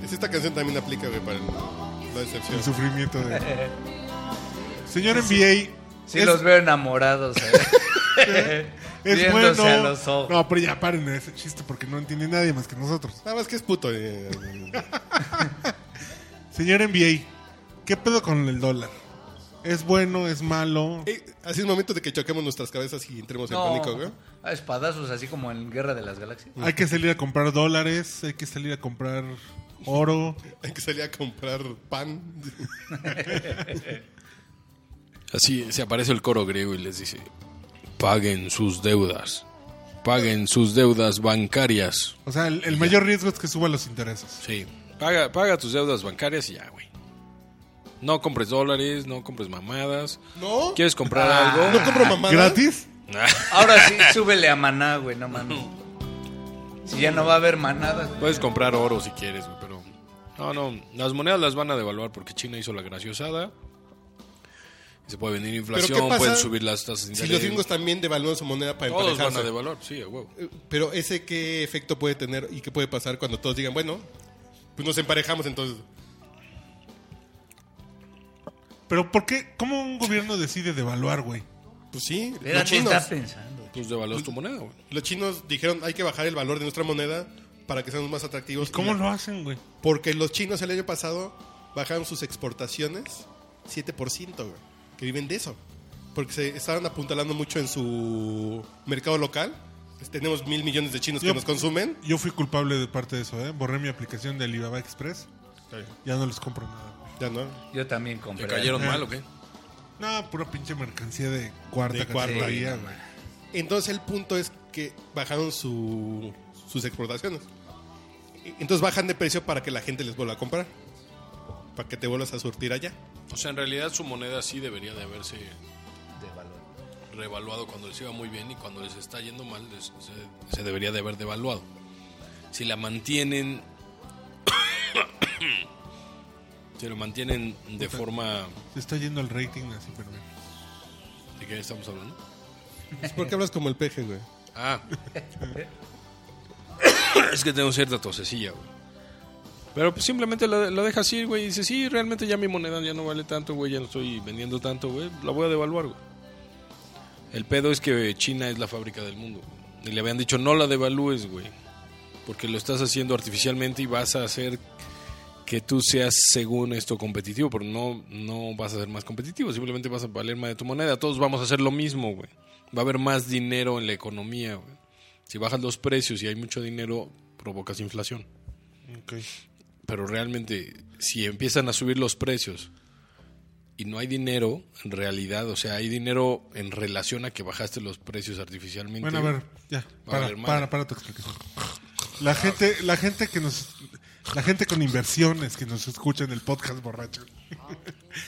[SPEAKER 1] Es Esta canción también aplica, güey, para el- la
[SPEAKER 3] el
[SPEAKER 1] decepción.
[SPEAKER 3] sufrimiento de.
[SPEAKER 4] [LAUGHS]
[SPEAKER 3] Señor MBA.
[SPEAKER 4] [LAUGHS] Sí
[SPEAKER 3] es-
[SPEAKER 4] los veo enamorados. ¿eh?
[SPEAKER 3] [LAUGHS] Es
[SPEAKER 4] Viéndose
[SPEAKER 3] bueno.
[SPEAKER 4] a los ojos.
[SPEAKER 3] No, pues, pero ya paren ese chiste porque no entiende nadie más que nosotros.
[SPEAKER 1] Nada más que es puto. eh.
[SPEAKER 3] Señor MBA, ¿qué pedo con el dólar? ¿Es bueno? ¿Es malo?
[SPEAKER 1] Eh, Así es momento de que choquemos nuestras cabezas y entremos en
[SPEAKER 4] No,
[SPEAKER 1] pánico, güey.
[SPEAKER 4] a espadazos así como en Guerra de las Galaxias.
[SPEAKER 3] Hay que salir a comprar dólares, hay que salir a comprar oro.
[SPEAKER 1] Hay que salir a comprar pan. [LAUGHS]
[SPEAKER 2] Así se aparece el coro griego y les dice, paguen sus deudas. Paguen sus deudas bancarias.
[SPEAKER 3] O sea, el, el mayor riesgo es que suba los intereses.
[SPEAKER 2] Sí. Paga, paga tus deudas bancarias y ya, güey. No compres dólares, no compres mamadas.
[SPEAKER 1] ¿No?
[SPEAKER 2] ¿Quieres comprar
[SPEAKER 4] Ah.
[SPEAKER 2] algo? Ah.
[SPEAKER 1] ¿No compro mamada?
[SPEAKER 3] ¿Gratis? [LAUGHS]
[SPEAKER 4] Ahora sí, súbele a maná, güey, no mames. Si ya no va a haber manadas.
[SPEAKER 2] Puedes comprar oro si quieres, güey, pero... No, no, las monedas las van a devaluar porque China hizo la graciosada. Se puede venir inflación,
[SPEAKER 1] pasa
[SPEAKER 2] pueden subir las tasas de
[SPEAKER 1] Si
[SPEAKER 2] interés.
[SPEAKER 1] los gringos también devalúan su moneda para
[SPEAKER 2] Todos van a
[SPEAKER 1] emparejarse.
[SPEAKER 2] devaluar, sí, a huevo.
[SPEAKER 1] Eh, Pero ese qué efecto puede tener y qué puede pasar cuando todos digan, bueno, pues nos emparejamos entonces.
[SPEAKER 3] Pero ¿por qué? ¿Cómo un gobierno decide devaluar, güey?
[SPEAKER 1] Pues sí,
[SPEAKER 4] Era
[SPEAKER 1] los
[SPEAKER 4] que
[SPEAKER 1] chinos.
[SPEAKER 4] está pensando.
[SPEAKER 2] Pues devaluas tu moneda, güey.
[SPEAKER 1] Los chinos dijeron, hay que bajar el valor de nuestra moneda para que seamos más atractivos.
[SPEAKER 3] ¿Cómo lo hacen, güey?
[SPEAKER 1] Porque los chinos el año pasado bajaron sus exportaciones 7%, güey, que viven de eso. Porque se estaban apuntalando mucho en su mercado local. Pues tenemos mil millones de chinos que
[SPEAKER 3] Yo-
[SPEAKER 1] nos consumen.
[SPEAKER 3] Yo fui culpable de parte de eso, ¿eh? Borré mi aplicación de Alibaba Express. Ya no les compro nada. güey.
[SPEAKER 1] Ya no.
[SPEAKER 4] Yo también
[SPEAKER 2] ¿Te
[SPEAKER 4] compré.
[SPEAKER 2] cayeron mal o qué?
[SPEAKER 3] No, pura pinche mercancía de cuarta
[SPEAKER 1] De cuarta,
[SPEAKER 3] categoría,
[SPEAKER 1] sí.
[SPEAKER 3] güey.
[SPEAKER 1] Entonces el punto es que bajaron su- sus exportaciones. E- Entonces bajan de precio para que la gente les vuelva a comprar. Para que te vuelvas a surtir allá.
[SPEAKER 2] O sea, en realidad su moneda sí debería de haberse
[SPEAKER 4] de valor.
[SPEAKER 2] revaluado cuando les iba muy bien y cuando les está yendo mal les- se, se debería de haber devaluado. Si la mantienen... [COUGHS] si lo mantienen de forma...
[SPEAKER 3] Se está yendo el rating así, pero bien.
[SPEAKER 2] ¿De qué estamos hablando?
[SPEAKER 1] Es [LAUGHS] porque Pues, hablas como el peje, güey.
[SPEAKER 2] Ah. [COUGHS] es que tengo cierta tosecilla, güey. Pero pues simplemente la, la dejas ir, güey, y dices, sí, realmente ya mi moneda ya no vale tanto, güey, ya no estoy vendiendo tanto, güey, la voy a devaluar, güey. El pedo es que China es la fábrica del mundo. Y le habían dicho, no la devalúes, güey, porque lo estás haciendo artificialmente y vas a hacer que tú seas, según esto, competitivo, pero no, no vas a ser más competitivo, simplemente vas a valer más de tu moneda. Todos vamos a hacer lo mismo, güey. Va a haber más dinero en la economía, güey. Si bajas los precios y hay mucho dinero, provocas inflación. Pero realmente, si empiezan a subir los precios y no hay dinero en realidad, o sea, hay dinero en relación a que bajaste los precios artificialmente.
[SPEAKER 3] Bueno, a ver, ya.
[SPEAKER 2] a
[SPEAKER 3] Para,
[SPEAKER 2] valer madre.
[SPEAKER 3] para, para tu explicación. La gente, la gente que nos. La gente con inversiones que nos escucha en el podcast borracho.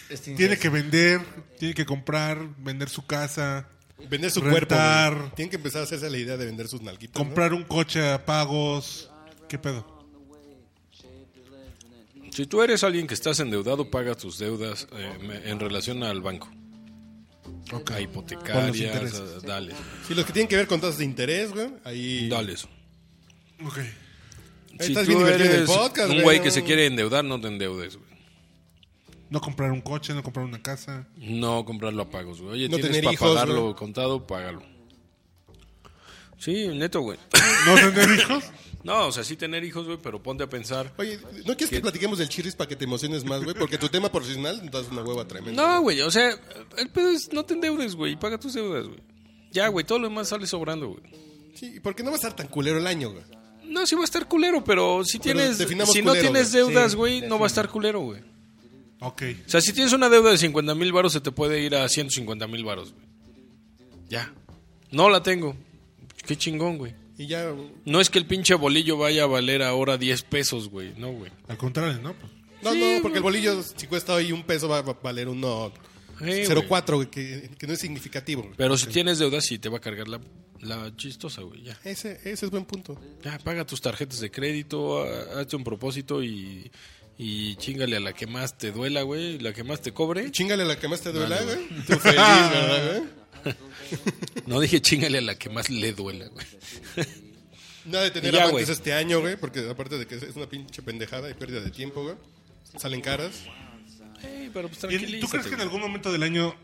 [SPEAKER 5] Este
[SPEAKER 3] [LAUGHS] Tiene
[SPEAKER 5] incenso.
[SPEAKER 3] que vender, tiene que comprar, vender su casa,
[SPEAKER 1] Vender su
[SPEAKER 3] Rentar.
[SPEAKER 1] cuerpo. güey. Tienen que empezar a hacerse la idea de vender sus nalguitas. ¿no?
[SPEAKER 3] comprar un coche a pagos. ¿Qué pedo?
[SPEAKER 2] Si tú eres alguien que estás endeudado, paga tus deudas eh, me- en relación al banco. A
[SPEAKER 3] Con los
[SPEAKER 2] hipotecarias, a-
[SPEAKER 3] intereses.
[SPEAKER 2] dale,
[SPEAKER 1] Sí, los que tienen que ver con tasas de interés, güey. Ahí.
[SPEAKER 2] dale eso.
[SPEAKER 3] Ok.
[SPEAKER 1] Ahí
[SPEAKER 2] si
[SPEAKER 1] estás
[SPEAKER 2] tú
[SPEAKER 1] bien divertido en el
[SPEAKER 2] eres
[SPEAKER 1] podcast,
[SPEAKER 2] un
[SPEAKER 1] güey,
[SPEAKER 2] güey
[SPEAKER 1] no.
[SPEAKER 2] que se quiere endeudar, no te endeudes, güey.
[SPEAKER 3] No comprar un coche, no comprar una casa.
[SPEAKER 2] No comprarlo a pagos, güey. Oye,
[SPEAKER 1] No
[SPEAKER 2] tienes
[SPEAKER 1] tener
[SPEAKER 2] para
[SPEAKER 1] hijos,
[SPEAKER 2] pagarlo
[SPEAKER 1] güey.
[SPEAKER 2] contado, págalo. Sí, neto, güey. [COUGHS]
[SPEAKER 3] No tener hijos.
[SPEAKER 2] No, o sea, sí tener hijos, güey, pero ponte a pensar.
[SPEAKER 1] Oye, ¿no quieres que platiquemos del chirris para que te emociones más, güey? Porque tu tema profesional das una hueva tremenda.
[SPEAKER 2] No, güey, o sea, el pedo es no te endeudes, güey, y paga tus deudas, güey. Ya, güey, todo lo demás sale sobrando, güey.
[SPEAKER 1] Sí, porque no va a estar tan culero el año, güey.
[SPEAKER 2] No, sí va a estar culero, pero si tienes
[SPEAKER 1] definamos
[SPEAKER 2] si no
[SPEAKER 1] culero,
[SPEAKER 2] tienes
[SPEAKER 1] güey.
[SPEAKER 2] deudas,
[SPEAKER 5] Sí,
[SPEAKER 2] güey, no va a
[SPEAKER 5] define.
[SPEAKER 2] estar culero, güey.
[SPEAKER 3] Ok.
[SPEAKER 2] O sea, si tienes una deuda de 50 mil baros, se te puede ir a 150 mil baros, güey. Ya. No la tengo. Qué chingón, güey.
[SPEAKER 1] Y ya.
[SPEAKER 2] No es que el pinche bolillo vaya a valer ahora 10 pesos, güey. No, güey.
[SPEAKER 3] Al contrario, ¿no? Pues,
[SPEAKER 1] No, no, porque el bolillo, si cuesta hoy un peso, va a valer uno.
[SPEAKER 2] Sí,
[SPEAKER 1] 0.4, güey, que, que no es significativo, güey.
[SPEAKER 2] Pero si tienes deudas, sí te va a cargar la, la chistosa, güey. Ya.
[SPEAKER 1] Ese, ese es buen punto.
[SPEAKER 2] Ya, paga tus tarjetas de crédito, ha- hazte un propósito y, y chingale a la que más te duela, güey. La que más te cobre.
[SPEAKER 1] Chingale a la que más te duela, güey. Tú feliz,
[SPEAKER 2] Ah.
[SPEAKER 1] ¿verdad, güey?
[SPEAKER 2] No dije chingale a la que más le duela, güey.
[SPEAKER 1] Nada de tener
[SPEAKER 2] Y ya,
[SPEAKER 1] amantes
[SPEAKER 2] güey.
[SPEAKER 1] este año, güey, porque aparte de que es una pinche pendejada y pérdida de tiempo, güey. Salen caras.
[SPEAKER 2] Ey, pero pues
[SPEAKER 3] ¿Y ¿Tú crees
[SPEAKER 2] tranquilízate,
[SPEAKER 3] que en
[SPEAKER 2] güey.
[SPEAKER 3] algún momento del año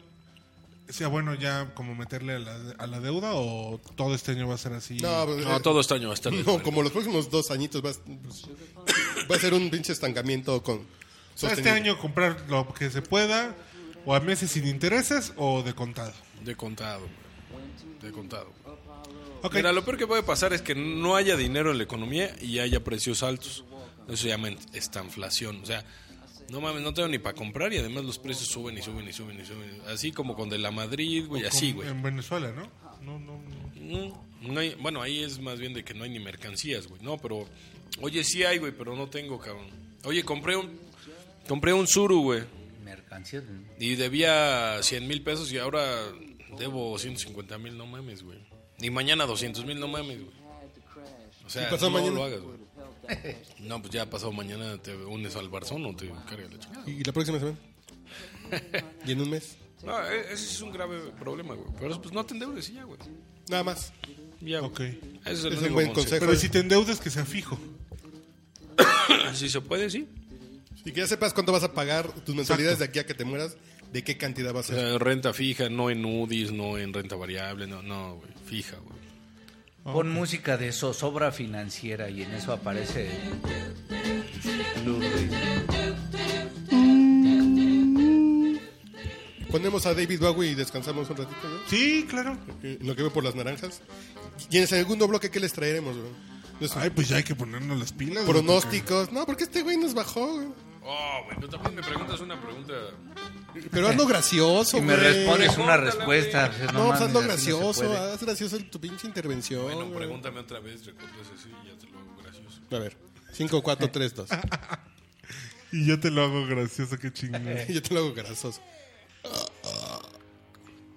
[SPEAKER 3] sea bueno ya como meterle a la, a la deuda o todo este año va a ser así?
[SPEAKER 1] No, pues,
[SPEAKER 2] No,
[SPEAKER 1] eh,
[SPEAKER 2] todo este año va a
[SPEAKER 3] [LAUGHS]
[SPEAKER 2] estar. de
[SPEAKER 1] no,
[SPEAKER 2] duela.
[SPEAKER 1] como los próximos dos añitos vas- pues, va a ser un pinche estancamiento con.
[SPEAKER 3] O sea, este
[SPEAKER 1] sostenido.
[SPEAKER 3] año comprar lo que se pueda o a meses sin intereses o de contado.
[SPEAKER 2] De contado, güey. De contado. güey.
[SPEAKER 3] Ok.
[SPEAKER 2] Mira, lo peor que puede pasar es que no haya dinero en la economía y haya precios altos. Eso se llama estanflación. O sea, no mames, no tengo ni para comprar y además los precios suben y suben y suben y suben. Así como con de la Madrid, güey, así,
[SPEAKER 3] Como
[SPEAKER 2] güey.
[SPEAKER 3] En Venezuela, ¿no? No, no, no.
[SPEAKER 2] Mm, no hay- bueno, ahí es más bien de que no hay ni mercancías, güey. No, pero. Oye, sí hay, güey, pero no tengo, cabrón. Oye, compré un. Compré un Zuru, güey.
[SPEAKER 5] Mercancía. de-
[SPEAKER 2] Y debía 100 mil pesos y ahora debo 150 mil, no mames, güey. Y mañana 200 mil, no mames, güey. O sea,
[SPEAKER 1] ¿Y pasado
[SPEAKER 2] no
[SPEAKER 1] mañana?
[SPEAKER 2] lo hagas, güey. [LAUGHS] No, pues ya pasado mañana te unes al Barzón o te carga la chingada.
[SPEAKER 1] ¿Y la próxima semana? ¿Y en un mes?
[SPEAKER 2] No, e- ese es un grave problema, güey. Pero pues no te endeudes y ya, güey.
[SPEAKER 1] Nada más.
[SPEAKER 2] Ya, güey.
[SPEAKER 3] Ok.
[SPEAKER 2] Ese es el
[SPEAKER 1] Es
[SPEAKER 2] único
[SPEAKER 1] un buen
[SPEAKER 2] consejo.
[SPEAKER 1] consejo.
[SPEAKER 3] Pero si te endeudes que sea fijo.
[SPEAKER 2] Si se puede, sí.
[SPEAKER 1] Y que ya sepas cuánto vas a pagar tus mensualidades de aquí a que te mueras, de qué cantidad va a
[SPEAKER 2] O
[SPEAKER 1] ser.
[SPEAKER 2] sea, renta fija, no en UDIs, no en renta variable, no, no, güey. Fija, güey.
[SPEAKER 5] Pon música de zozobra financiera y en eso aparece. Lou Reed.
[SPEAKER 1] Ponemos a David Bowie y descansamos un ratito, ¿no?
[SPEAKER 3] Sí, claro.
[SPEAKER 1] En Lo que veo por las naranjas. Y en el segundo bloque, ¿qué les traeremos, güey? Los
[SPEAKER 3] Ay, pues ya hay que ponernos las pilas. güey,
[SPEAKER 1] pronósticos. No, porque este güey nos bajó, güey.
[SPEAKER 2] Oh, güey, tú también me preguntas una pregunta.
[SPEAKER 5] [LAUGHS]
[SPEAKER 1] Pero hazlo gracioso,
[SPEAKER 5] Y me
[SPEAKER 1] güey.
[SPEAKER 5] respondes una
[SPEAKER 2] Córtala,
[SPEAKER 5] respuesta.
[SPEAKER 1] No, pues hazlo
[SPEAKER 5] mames, así no se
[SPEAKER 1] gracioso, ah.
[SPEAKER 5] puede.
[SPEAKER 1] haz gracioso el- tu pinche intervención.
[SPEAKER 2] Bueno,
[SPEAKER 1] Oh, güey.
[SPEAKER 2] pregúntame otra vez, recuerdo ese sí, ya te lo hago gracioso.
[SPEAKER 1] A ver, 5, 4,
[SPEAKER 5] [LAUGHS]
[SPEAKER 1] 3, 2.
[SPEAKER 3] porque- Y yo te lo hago gracioso, qué chingón.
[SPEAKER 1] [LAUGHS] Yo te lo hago grasoso.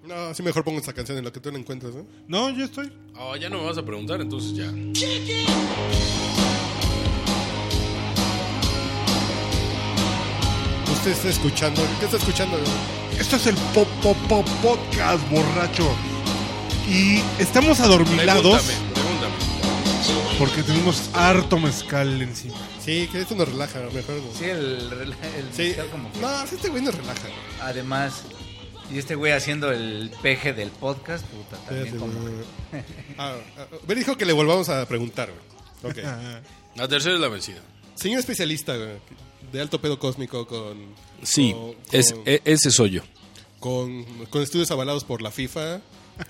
[SPEAKER 1] No, sí mejor pongo esta canción en lo que tú la encuentras, ¿eh?
[SPEAKER 3] no, yo estoy.
[SPEAKER 2] Oh, ya no me vas a preguntar, entonces ya.
[SPEAKER 1] Usted está escuchando. ¿Qué está escuchando? güey?
[SPEAKER 3] Esto es el Pop Pop Pop Podcast, borracho. Y estamos adormilados
[SPEAKER 2] Pregúntame, pregúntame.
[SPEAKER 3] porque tenemos harto mezcal encima.
[SPEAKER 1] Sí, que esto nos relaja, mejor. güey.
[SPEAKER 5] Sí, el, rela- el
[SPEAKER 1] Sí.
[SPEAKER 5] musical como que-
[SPEAKER 1] No, sí, este güey nos relaja.
[SPEAKER 5] Además, y este güey haciendo el peje del podcast, puta, también
[SPEAKER 1] Espérate,
[SPEAKER 5] como...
[SPEAKER 1] güey. [LAUGHS] Ah, ah, Ver, dijo que le volvamos a preguntar, güey. Ok.
[SPEAKER 2] La tercera es la vencida.
[SPEAKER 1] Señor especialista güey, de alto pedo cósmico con. con- con-
[SPEAKER 2] e, ese soy yo.
[SPEAKER 1] con, con estudios avalados por la FIFA,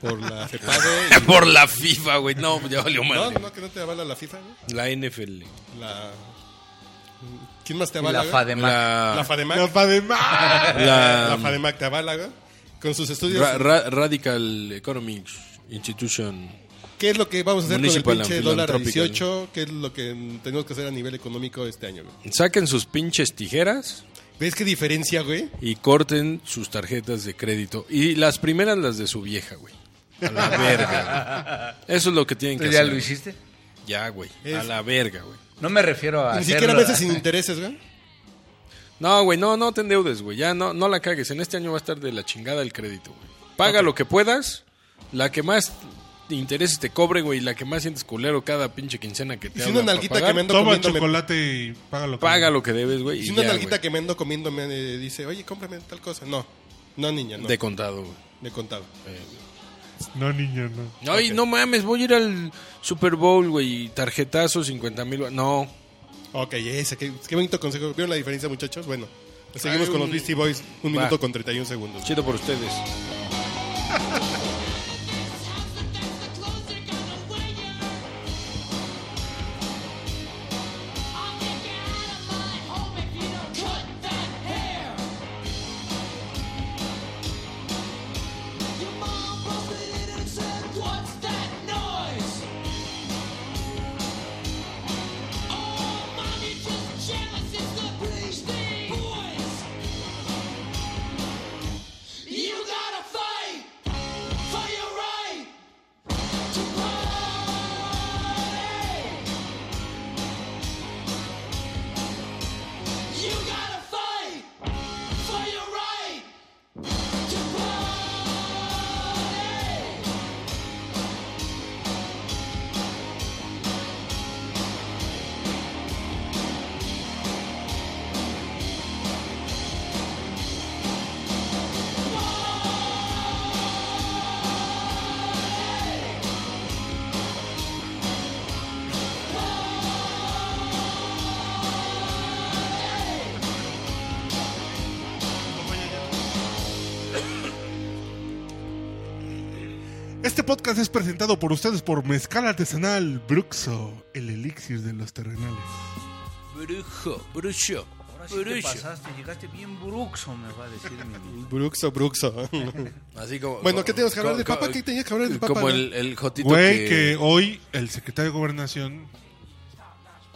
[SPEAKER 1] por
[SPEAKER 2] [LAUGHS]
[SPEAKER 1] la FEPADE. y-
[SPEAKER 2] [LAUGHS] Por la FIFA, güey. No, ya valió
[SPEAKER 1] no,
[SPEAKER 2] madre.
[SPEAKER 1] no, que no te avala la FIFA, güey.
[SPEAKER 2] La NFL.
[SPEAKER 1] La, ¿Quién más
[SPEAKER 5] Y
[SPEAKER 1] te avala?
[SPEAKER 5] la
[SPEAKER 1] güey?
[SPEAKER 5] Fademac.
[SPEAKER 1] [LAUGHS]
[SPEAKER 2] La,
[SPEAKER 1] La FADEMAC.
[SPEAKER 3] La ¡Ah! Fademac.
[SPEAKER 2] la- um,
[SPEAKER 1] La FADEMAC te avala, güey. Con sus estudios.
[SPEAKER 2] Ra- Ra- Radical Economics Institution.
[SPEAKER 1] ¿Qué es lo que vamos a hacer con el
[SPEAKER 2] Municipal
[SPEAKER 1] pinche
[SPEAKER 2] and
[SPEAKER 1] dólar a
[SPEAKER 2] Philanthropical.
[SPEAKER 1] 18? ¿Qué es lo que mm, tenemos que hacer a nivel económico este año, güey?
[SPEAKER 2] Saquen sus pinches tijeras
[SPEAKER 1] ¿Ves qué diferencia, güey?
[SPEAKER 2] y corten sus tarjetas de crédito. Y las primeras, las de su vieja, güey. A la verga, [LAUGHS] güey. Eso es lo que tienen que
[SPEAKER 5] ¿Tú ya
[SPEAKER 2] hacer.
[SPEAKER 5] lo hiciste?
[SPEAKER 2] Ya, güey. A
[SPEAKER 1] Es-
[SPEAKER 2] la verga, güey.
[SPEAKER 5] No me refiero a
[SPEAKER 1] Ni siquiera
[SPEAKER 5] hacerlo-
[SPEAKER 1] meses sin intereses,
[SPEAKER 2] [LAUGHS]
[SPEAKER 1] güey.
[SPEAKER 2] No, güey, no, no te endeudes, güey. Ya no, no la cagues. En este año va a estar de la chingada el crédito, güey. Paga lo que puedas. La que más intereses te cobre, güey. y La que más sientes culero cada pinche quincena que te
[SPEAKER 1] Y si
[SPEAKER 2] hablan
[SPEAKER 1] una
[SPEAKER 2] pa'
[SPEAKER 1] nalguita
[SPEAKER 2] pagar,
[SPEAKER 1] que me ando
[SPEAKER 3] Toma
[SPEAKER 1] comiendo. me-
[SPEAKER 3] chocolate y págalo.
[SPEAKER 2] Paga lo que debes, güey. y
[SPEAKER 1] si una
[SPEAKER 2] ya,
[SPEAKER 1] nalguita
[SPEAKER 2] güey.
[SPEAKER 1] que me ando comiendo me eh, dice, oye, cómprame tal cosa. No. No, niña, no.
[SPEAKER 2] De
[SPEAKER 1] De,
[SPEAKER 2] contado, güey.
[SPEAKER 1] contado.
[SPEAKER 3] No, niño, no.
[SPEAKER 2] Ay, no mames, voy a ir al Super Bowl, güey. y Tarjetazo, 50 mil. No.
[SPEAKER 1] Ok, ese, qué, qué bonito consejo. ¿Vieron la diferencia, muchachos? Bueno, seguimos
[SPEAKER 2] Ay,
[SPEAKER 1] con los
[SPEAKER 2] un-
[SPEAKER 1] Beastie Boys. Un
[SPEAKER 2] Va.
[SPEAKER 1] minuto con 31 segundos.
[SPEAKER 2] Chido por ustedes.
[SPEAKER 6] You gotta fight for your right to party. You gotta fight for your right to party.
[SPEAKER 3] Este podcast es presentado por ustedes por Mezcal Artesanal Bruxo, el elixir de los terrenales.
[SPEAKER 2] Brujo, brujo,
[SPEAKER 5] [LAUGHS] Ahora sí te pasaste, llegaste bien bruxo, me va a decir mi... [LAUGHS]
[SPEAKER 1] Bruxo,
[SPEAKER 2] [LAUGHS]
[SPEAKER 1] Bruxo.
[SPEAKER 2] Así como.
[SPEAKER 1] Bueno, ¿qué tenías que hablar
[SPEAKER 2] co-
[SPEAKER 1] del
[SPEAKER 2] co-
[SPEAKER 1] Papa? ¿Qué tenías que hablar del Papa,
[SPEAKER 2] Como
[SPEAKER 1] no?
[SPEAKER 2] el, el Jotito
[SPEAKER 3] Güey,
[SPEAKER 2] que. [LAUGHS]
[SPEAKER 3] que hoy el secretario de Gobernación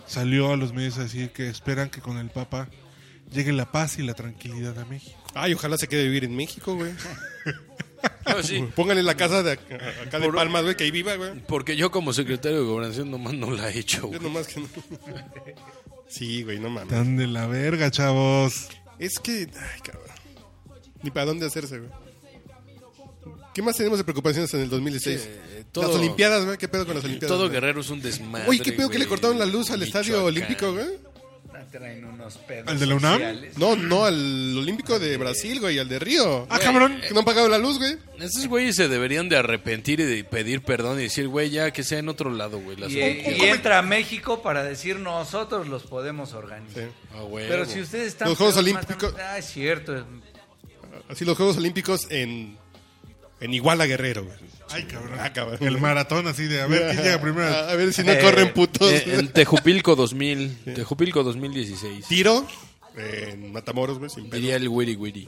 [SPEAKER 3] salió a los medios a decir que esperan que con el Papa llegue la paz y la tranquilidad a México.
[SPEAKER 1] Ay, ojalá se quede vivir en México, güey.
[SPEAKER 2] No, Oh, sí,
[SPEAKER 1] Póngale la casa de acá, acá de
[SPEAKER 2] Por-
[SPEAKER 1] Palmas, güey, que ahí viva, güey.
[SPEAKER 2] porque yo como secretario de gobernación nomás no la he hecho,
[SPEAKER 1] Yo
[SPEAKER 2] güey.
[SPEAKER 1] nomás que no. [LAUGHS] Sí, güey, no mames.
[SPEAKER 3] Están de la verga, chavos.
[SPEAKER 1] Es que, ay, cabrón. Ni para dónde hacerse, güey. ¿Qué más tenemos de preocupaciones en el 2006?
[SPEAKER 2] Eh, todo-
[SPEAKER 1] las Olimpiadas, güey. ¿Qué pedo con las Olimpiadas?
[SPEAKER 2] Todo
[SPEAKER 1] güey?
[SPEAKER 2] Guerrero es un desmadre.
[SPEAKER 1] Oye, ¿qué pedo que le
[SPEAKER 2] güey.
[SPEAKER 1] cortaron la luz al Estadio
[SPEAKER 2] Michoacán.
[SPEAKER 1] Olímpico, güey?
[SPEAKER 5] Traen unos pedos
[SPEAKER 3] ¿Al de la UNAM?
[SPEAKER 5] sociales.
[SPEAKER 1] No, no, al Olímpico de Brasil, güey, al de Río.
[SPEAKER 3] Ah, cabrón.
[SPEAKER 1] Que no han pagado la luz, güey.
[SPEAKER 2] Estos güeyes se deberían de arrepentir y de pedir perdón y decir, güey, ya que sea en otro lado, güey. las-
[SPEAKER 5] Y, y entra a México para decir nosotros los podemos organizar.
[SPEAKER 1] Sí.
[SPEAKER 2] Ah, güey,
[SPEAKER 5] Pero
[SPEAKER 2] güey.
[SPEAKER 5] si ustedes están...
[SPEAKER 1] Los Juegos
[SPEAKER 5] peor, más-
[SPEAKER 1] Olímpicos-
[SPEAKER 5] Ah, es cierto.
[SPEAKER 1] Así los Juegos Olímpicos en, en Iguala Guerrero, güey.
[SPEAKER 3] Ay, cabrón.
[SPEAKER 1] Ah, cabrón.
[SPEAKER 3] El maratón así de a ver quién llega
[SPEAKER 1] [LAUGHS]
[SPEAKER 3] primero.
[SPEAKER 1] A a ver si no
[SPEAKER 5] Eh,
[SPEAKER 1] corren putos.
[SPEAKER 2] Eh, en Tejupilco 2000, Tejupilco 2016.
[SPEAKER 1] [LAUGHS] Tiro en Matamoros, güey, sin pedo.
[SPEAKER 2] Diría el Wiri Wiri.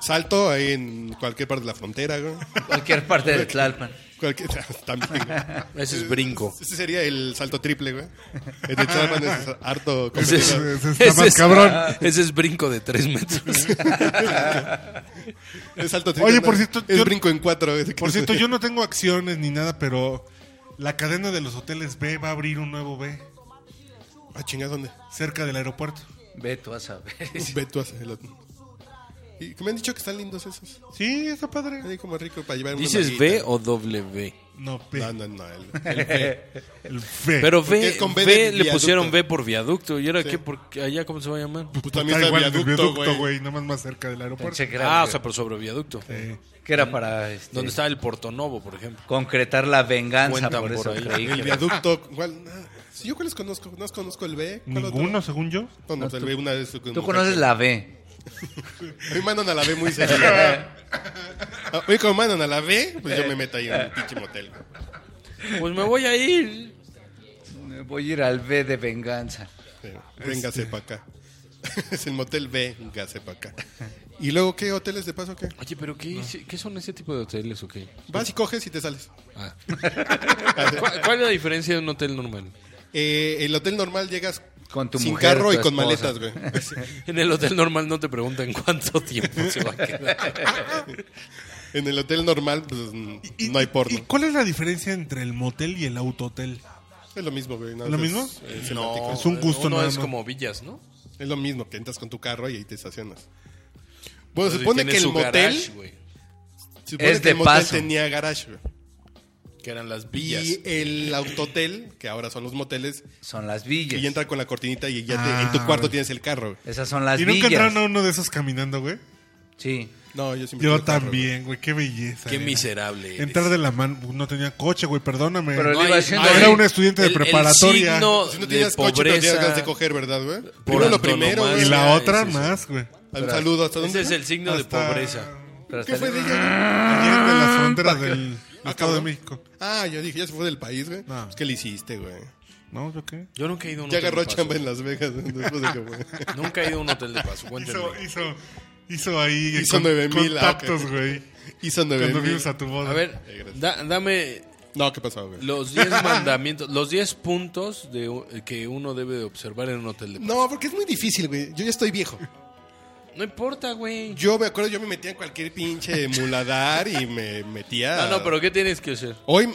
[SPEAKER 1] Salto ahí en cualquier parte de la frontera, güey. [LAUGHS]
[SPEAKER 5] Cualquier parte de Tlalpan.
[SPEAKER 1] Cualquier, [LAUGHS] también. güey.
[SPEAKER 2] Ese es brinco.
[SPEAKER 1] Ese sería el salto triple, güey. El de Chalpan es harto.
[SPEAKER 2] Ese [LAUGHS] es,
[SPEAKER 1] complicado.
[SPEAKER 3] Ese está más cabrón.
[SPEAKER 2] [LAUGHS] ese es brinco de 3 metros.
[SPEAKER 1] El salto triple.
[SPEAKER 3] Oye,
[SPEAKER 1] ¿no?
[SPEAKER 3] por cierto,
[SPEAKER 1] El
[SPEAKER 3] yo-
[SPEAKER 1] brinco en cuatro. güey.
[SPEAKER 3] Por cierto, yo no tengo acciones ni nada, pero la cadena de los hoteles B va a abrir un nuevo B
[SPEAKER 1] Ah, chingas, ¿dónde?
[SPEAKER 3] cerca del aeropuerto.
[SPEAKER 5] Ve tú a saber.
[SPEAKER 1] Ve tú a hacerlo. Y me han dicho que están lindos esos.
[SPEAKER 3] Sí, está padre.
[SPEAKER 1] Ahí como rico para llevar una
[SPEAKER 2] ¿Dices
[SPEAKER 1] nalguita.
[SPEAKER 2] B o W?
[SPEAKER 3] No, B.
[SPEAKER 1] No, no, no. El, el B.
[SPEAKER 3] El B.
[SPEAKER 2] Pero
[SPEAKER 1] Porque
[SPEAKER 2] B,
[SPEAKER 1] es con B
[SPEAKER 2] B
[SPEAKER 1] de
[SPEAKER 2] le pusieron
[SPEAKER 1] viaducto.
[SPEAKER 2] B por viaducto. ¿Y ahora qué? ¿Por qué? ¿Allá cómo se va a llamar?
[SPEAKER 1] Pues
[SPEAKER 3] Está
[SPEAKER 1] también está
[SPEAKER 3] igual
[SPEAKER 1] el
[SPEAKER 3] del
[SPEAKER 1] viaducto, güey.
[SPEAKER 3] güey. Nada más más cerca
[SPEAKER 5] [LAUGHS]
[SPEAKER 3] del aeropuerto.
[SPEAKER 5] Pensé que era,
[SPEAKER 2] Ah, o sea, por sobre viaducto.
[SPEAKER 3] Eh,
[SPEAKER 5] que era para este,
[SPEAKER 2] Donde estaba el Portonovo, por ejemplo.
[SPEAKER 5] concretar la venganza.
[SPEAKER 2] Cuentan
[SPEAKER 5] Por
[SPEAKER 2] por
[SPEAKER 5] eso
[SPEAKER 2] ahí.
[SPEAKER 5] creí
[SPEAKER 1] El
[SPEAKER 5] que-
[SPEAKER 1] viaducto. ¿Cuál? Ah, sí, ¿Yo cuáles conozco? No conozco el B. ¿Cuál otro?
[SPEAKER 3] ninguno, según yo.
[SPEAKER 1] No, no, pues,
[SPEAKER 5] No,
[SPEAKER 1] el
[SPEAKER 5] tú-
[SPEAKER 1] B una vez.
[SPEAKER 5] Tú conoces la B.
[SPEAKER 1] Hoy mandan a la B muy cerca. Hoy como mandan a la B, pues yo me meto ahí en un pinche motel. güey.
[SPEAKER 2] Pues me voy a ir.
[SPEAKER 5] Voy a ir al B de venganza.
[SPEAKER 1] Véngase para acá. [LAUGHS] es el motel Véngase para acá. ¿Y luego qué hoteles de paso qué?
[SPEAKER 2] Oye, pero ¿qué, qué son ese tipo de hoteles o qué?
[SPEAKER 1] Vas y coges y te sales.
[SPEAKER 2] Ah. ¿Cuál, cuál es la diferencia de un hotel normal?
[SPEAKER 1] Eh, el hotel normal llegas
[SPEAKER 5] Con tu
[SPEAKER 1] sin
[SPEAKER 5] mujer,
[SPEAKER 1] carro
[SPEAKER 5] tu
[SPEAKER 1] y con
[SPEAKER 5] esposa.
[SPEAKER 1] maletas, güey.
[SPEAKER 2] En el hotel normal no te preguntan cuánto tiempo se va a quedar.
[SPEAKER 1] En el hotel normal pues, mm,
[SPEAKER 3] Y-
[SPEAKER 1] no hay porno.
[SPEAKER 3] ¿Y cuál es la diferencia entre el motel y el autohotel?
[SPEAKER 1] es lo mismo, güey. nada
[SPEAKER 3] ¿Lo
[SPEAKER 1] más
[SPEAKER 3] mismo?
[SPEAKER 1] Es, es semántico.
[SPEAKER 3] Es un gusto
[SPEAKER 2] Uno
[SPEAKER 3] nada
[SPEAKER 2] es
[SPEAKER 3] más.
[SPEAKER 2] como villas, ¿no?
[SPEAKER 1] Es lo mismo, que entras con tu carro y ahí te estacionas. Bueno, se
[SPEAKER 2] Entonces,
[SPEAKER 1] supone
[SPEAKER 2] tiene
[SPEAKER 1] que el
[SPEAKER 2] su
[SPEAKER 1] motel,
[SPEAKER 2] garage,
[SPEAKER 1] se
[SPEAKER 2] güey,
[SPEAKER 1] supone
[SPEAKER 5] Es
[SPEAKER 1] que
[SPEAKER 5] de
[SPEAKER 1] el motel
[SPEAKER 5] paso.
[SPEAKER 1] tenía garage, güey.
[SPEAKER 2] que eran las villas.
[SPEAKER 1] Y el autotel, que ahora son los moteles,
[SPEAKER 5] Son las villas.
[SPEAKER 1] y entra con la cortinita y ya te-
[SPEAKER 3] Ah,
[SPEAKER 1] en tu cuarto
[SPEAKER 3] güey.
[SPEAKER 1] tienes el carro. güey.
[SPEAKER 5] Esas son las
[SPEAKER 3] ¿Y nunca
[SPEAKER 5] villas.
[SPEAKER 3] entraron a uno de esos caminando, güey?
[SPEAKER 5] Sí.
[SPEAKER 1] No, yo siempre
[SPEAKER 3] Yo
[SPEAKER 1] tuve carro,
[SPEAKER 3] también, güey. Qué belleza.
[SPEAKER 2] Qué
[SPEAKER 3] era.
[SPEAKER 2] miserable. eres.
[SPEAKER 3] Entrar de la mano. uh, No tenía coche, güey. Perdóname.
[SPEAKER 5] Pero le iba
[SPEAKER 2] hay-
[SPEAKER 5] haciendo-
[SPEAKER 2] hay-
[SPEAKER 3] Era un estudiante de
[SPEAKER 2] el- el
[SPEAKER 3] preparatoria.
[SPEAKER 2] signo
[SPEAKER 1] güey. Si no
[SPEAKER 2] de
[SPEAKER 1] tenías coche, pero tenías
[SPEAKER 2] pobreza.
[SPEAKER 1] ganas de coger, ¿verdad, güey? Primero lo primero,
[SPEAKER 2] antonomasia.
[SPEAKER 1] güey.
[SPEAKER 3] y la
[SPEAKER 2] Ah,
[SPEAKER 3] otra
[SPEAKER 2] sí, sí.
[SPEAKER 3] más, güey.
[SPEAKER 1] Un saludo. ¿Hasta
[SPEAKER 2] Ese
[SPEAKER 1] dónde?
[SPEAKER 2] es el signo de
[SPEAKER 3] Hasta-
[SPEAKER 2] pobreza.
[SPEAKER 5] Pero
[SPEAKER 1] ¿Qué
[SPEAKER 5] hasta-
[SPEAKER 1] fue de ella?
[SPEAKER 3] Allá de las fronteras del Estado de
[SPEAKER 1] Ah, cabrón.
[SPEAKER 3] México.
[SPEAKER 1] Ah, yo dije, ya se fue del país, güey.
[SPEAKER 3] No.
[SPEAKER 1] Pues, ¿Qué le hiciste, güey?
[SPEAKER 3] ¿No? ¿Yo qué?
[SPEAKER 2] Yo nunca he ido a un
[SPEAKER 1] Ya
[SPEAKER 2] hotel
[SPEAKER 1] agarró
[SPEAKER 2] de paso.
[SPEAKER 1] chamba en Las Vegas güey, después de que fue.
[SPEAKER 3] [LAUGHS]
[SPEAKER 2] Nunca he ido a un hotel de paso. cuéntenme.
[SPEAKER 3] Hizo, hizo, hizo ahí
[SPEAKER 1] Hizo 9000, ah,
[SPEAKER 3] contactos,
[SPEAKER 1] ok.
[SPEAKER 3] güey.
[SPEAKER 1] Hizo nueve
[SPEAKER 3] Cuando
[SPEAKER 1] mil.
[SPEAKER 3] vimos a tu boda.
[SPEAKER 2] A ver, da- dame
[SPEAKER 1] No, ¿qué pasó, güey?
[SPEAKER 2] los 10 mandamientos, los 10 puntos de, u- que uno debe de observar en un hotel de paso.
[SPEAKER 1] No, porque es muy difícil, güey. Yo ya estoy viejo.
[SPEAKER 2] No importa, güey.
[SPEAKER 1] Yo me acuerdo, yo me metía en cualquier pinche muladar y me metía.
[SPEAKER 2] No, no, pero ¿qué tienes que hacer?
[SPEAKER 1] Hoy,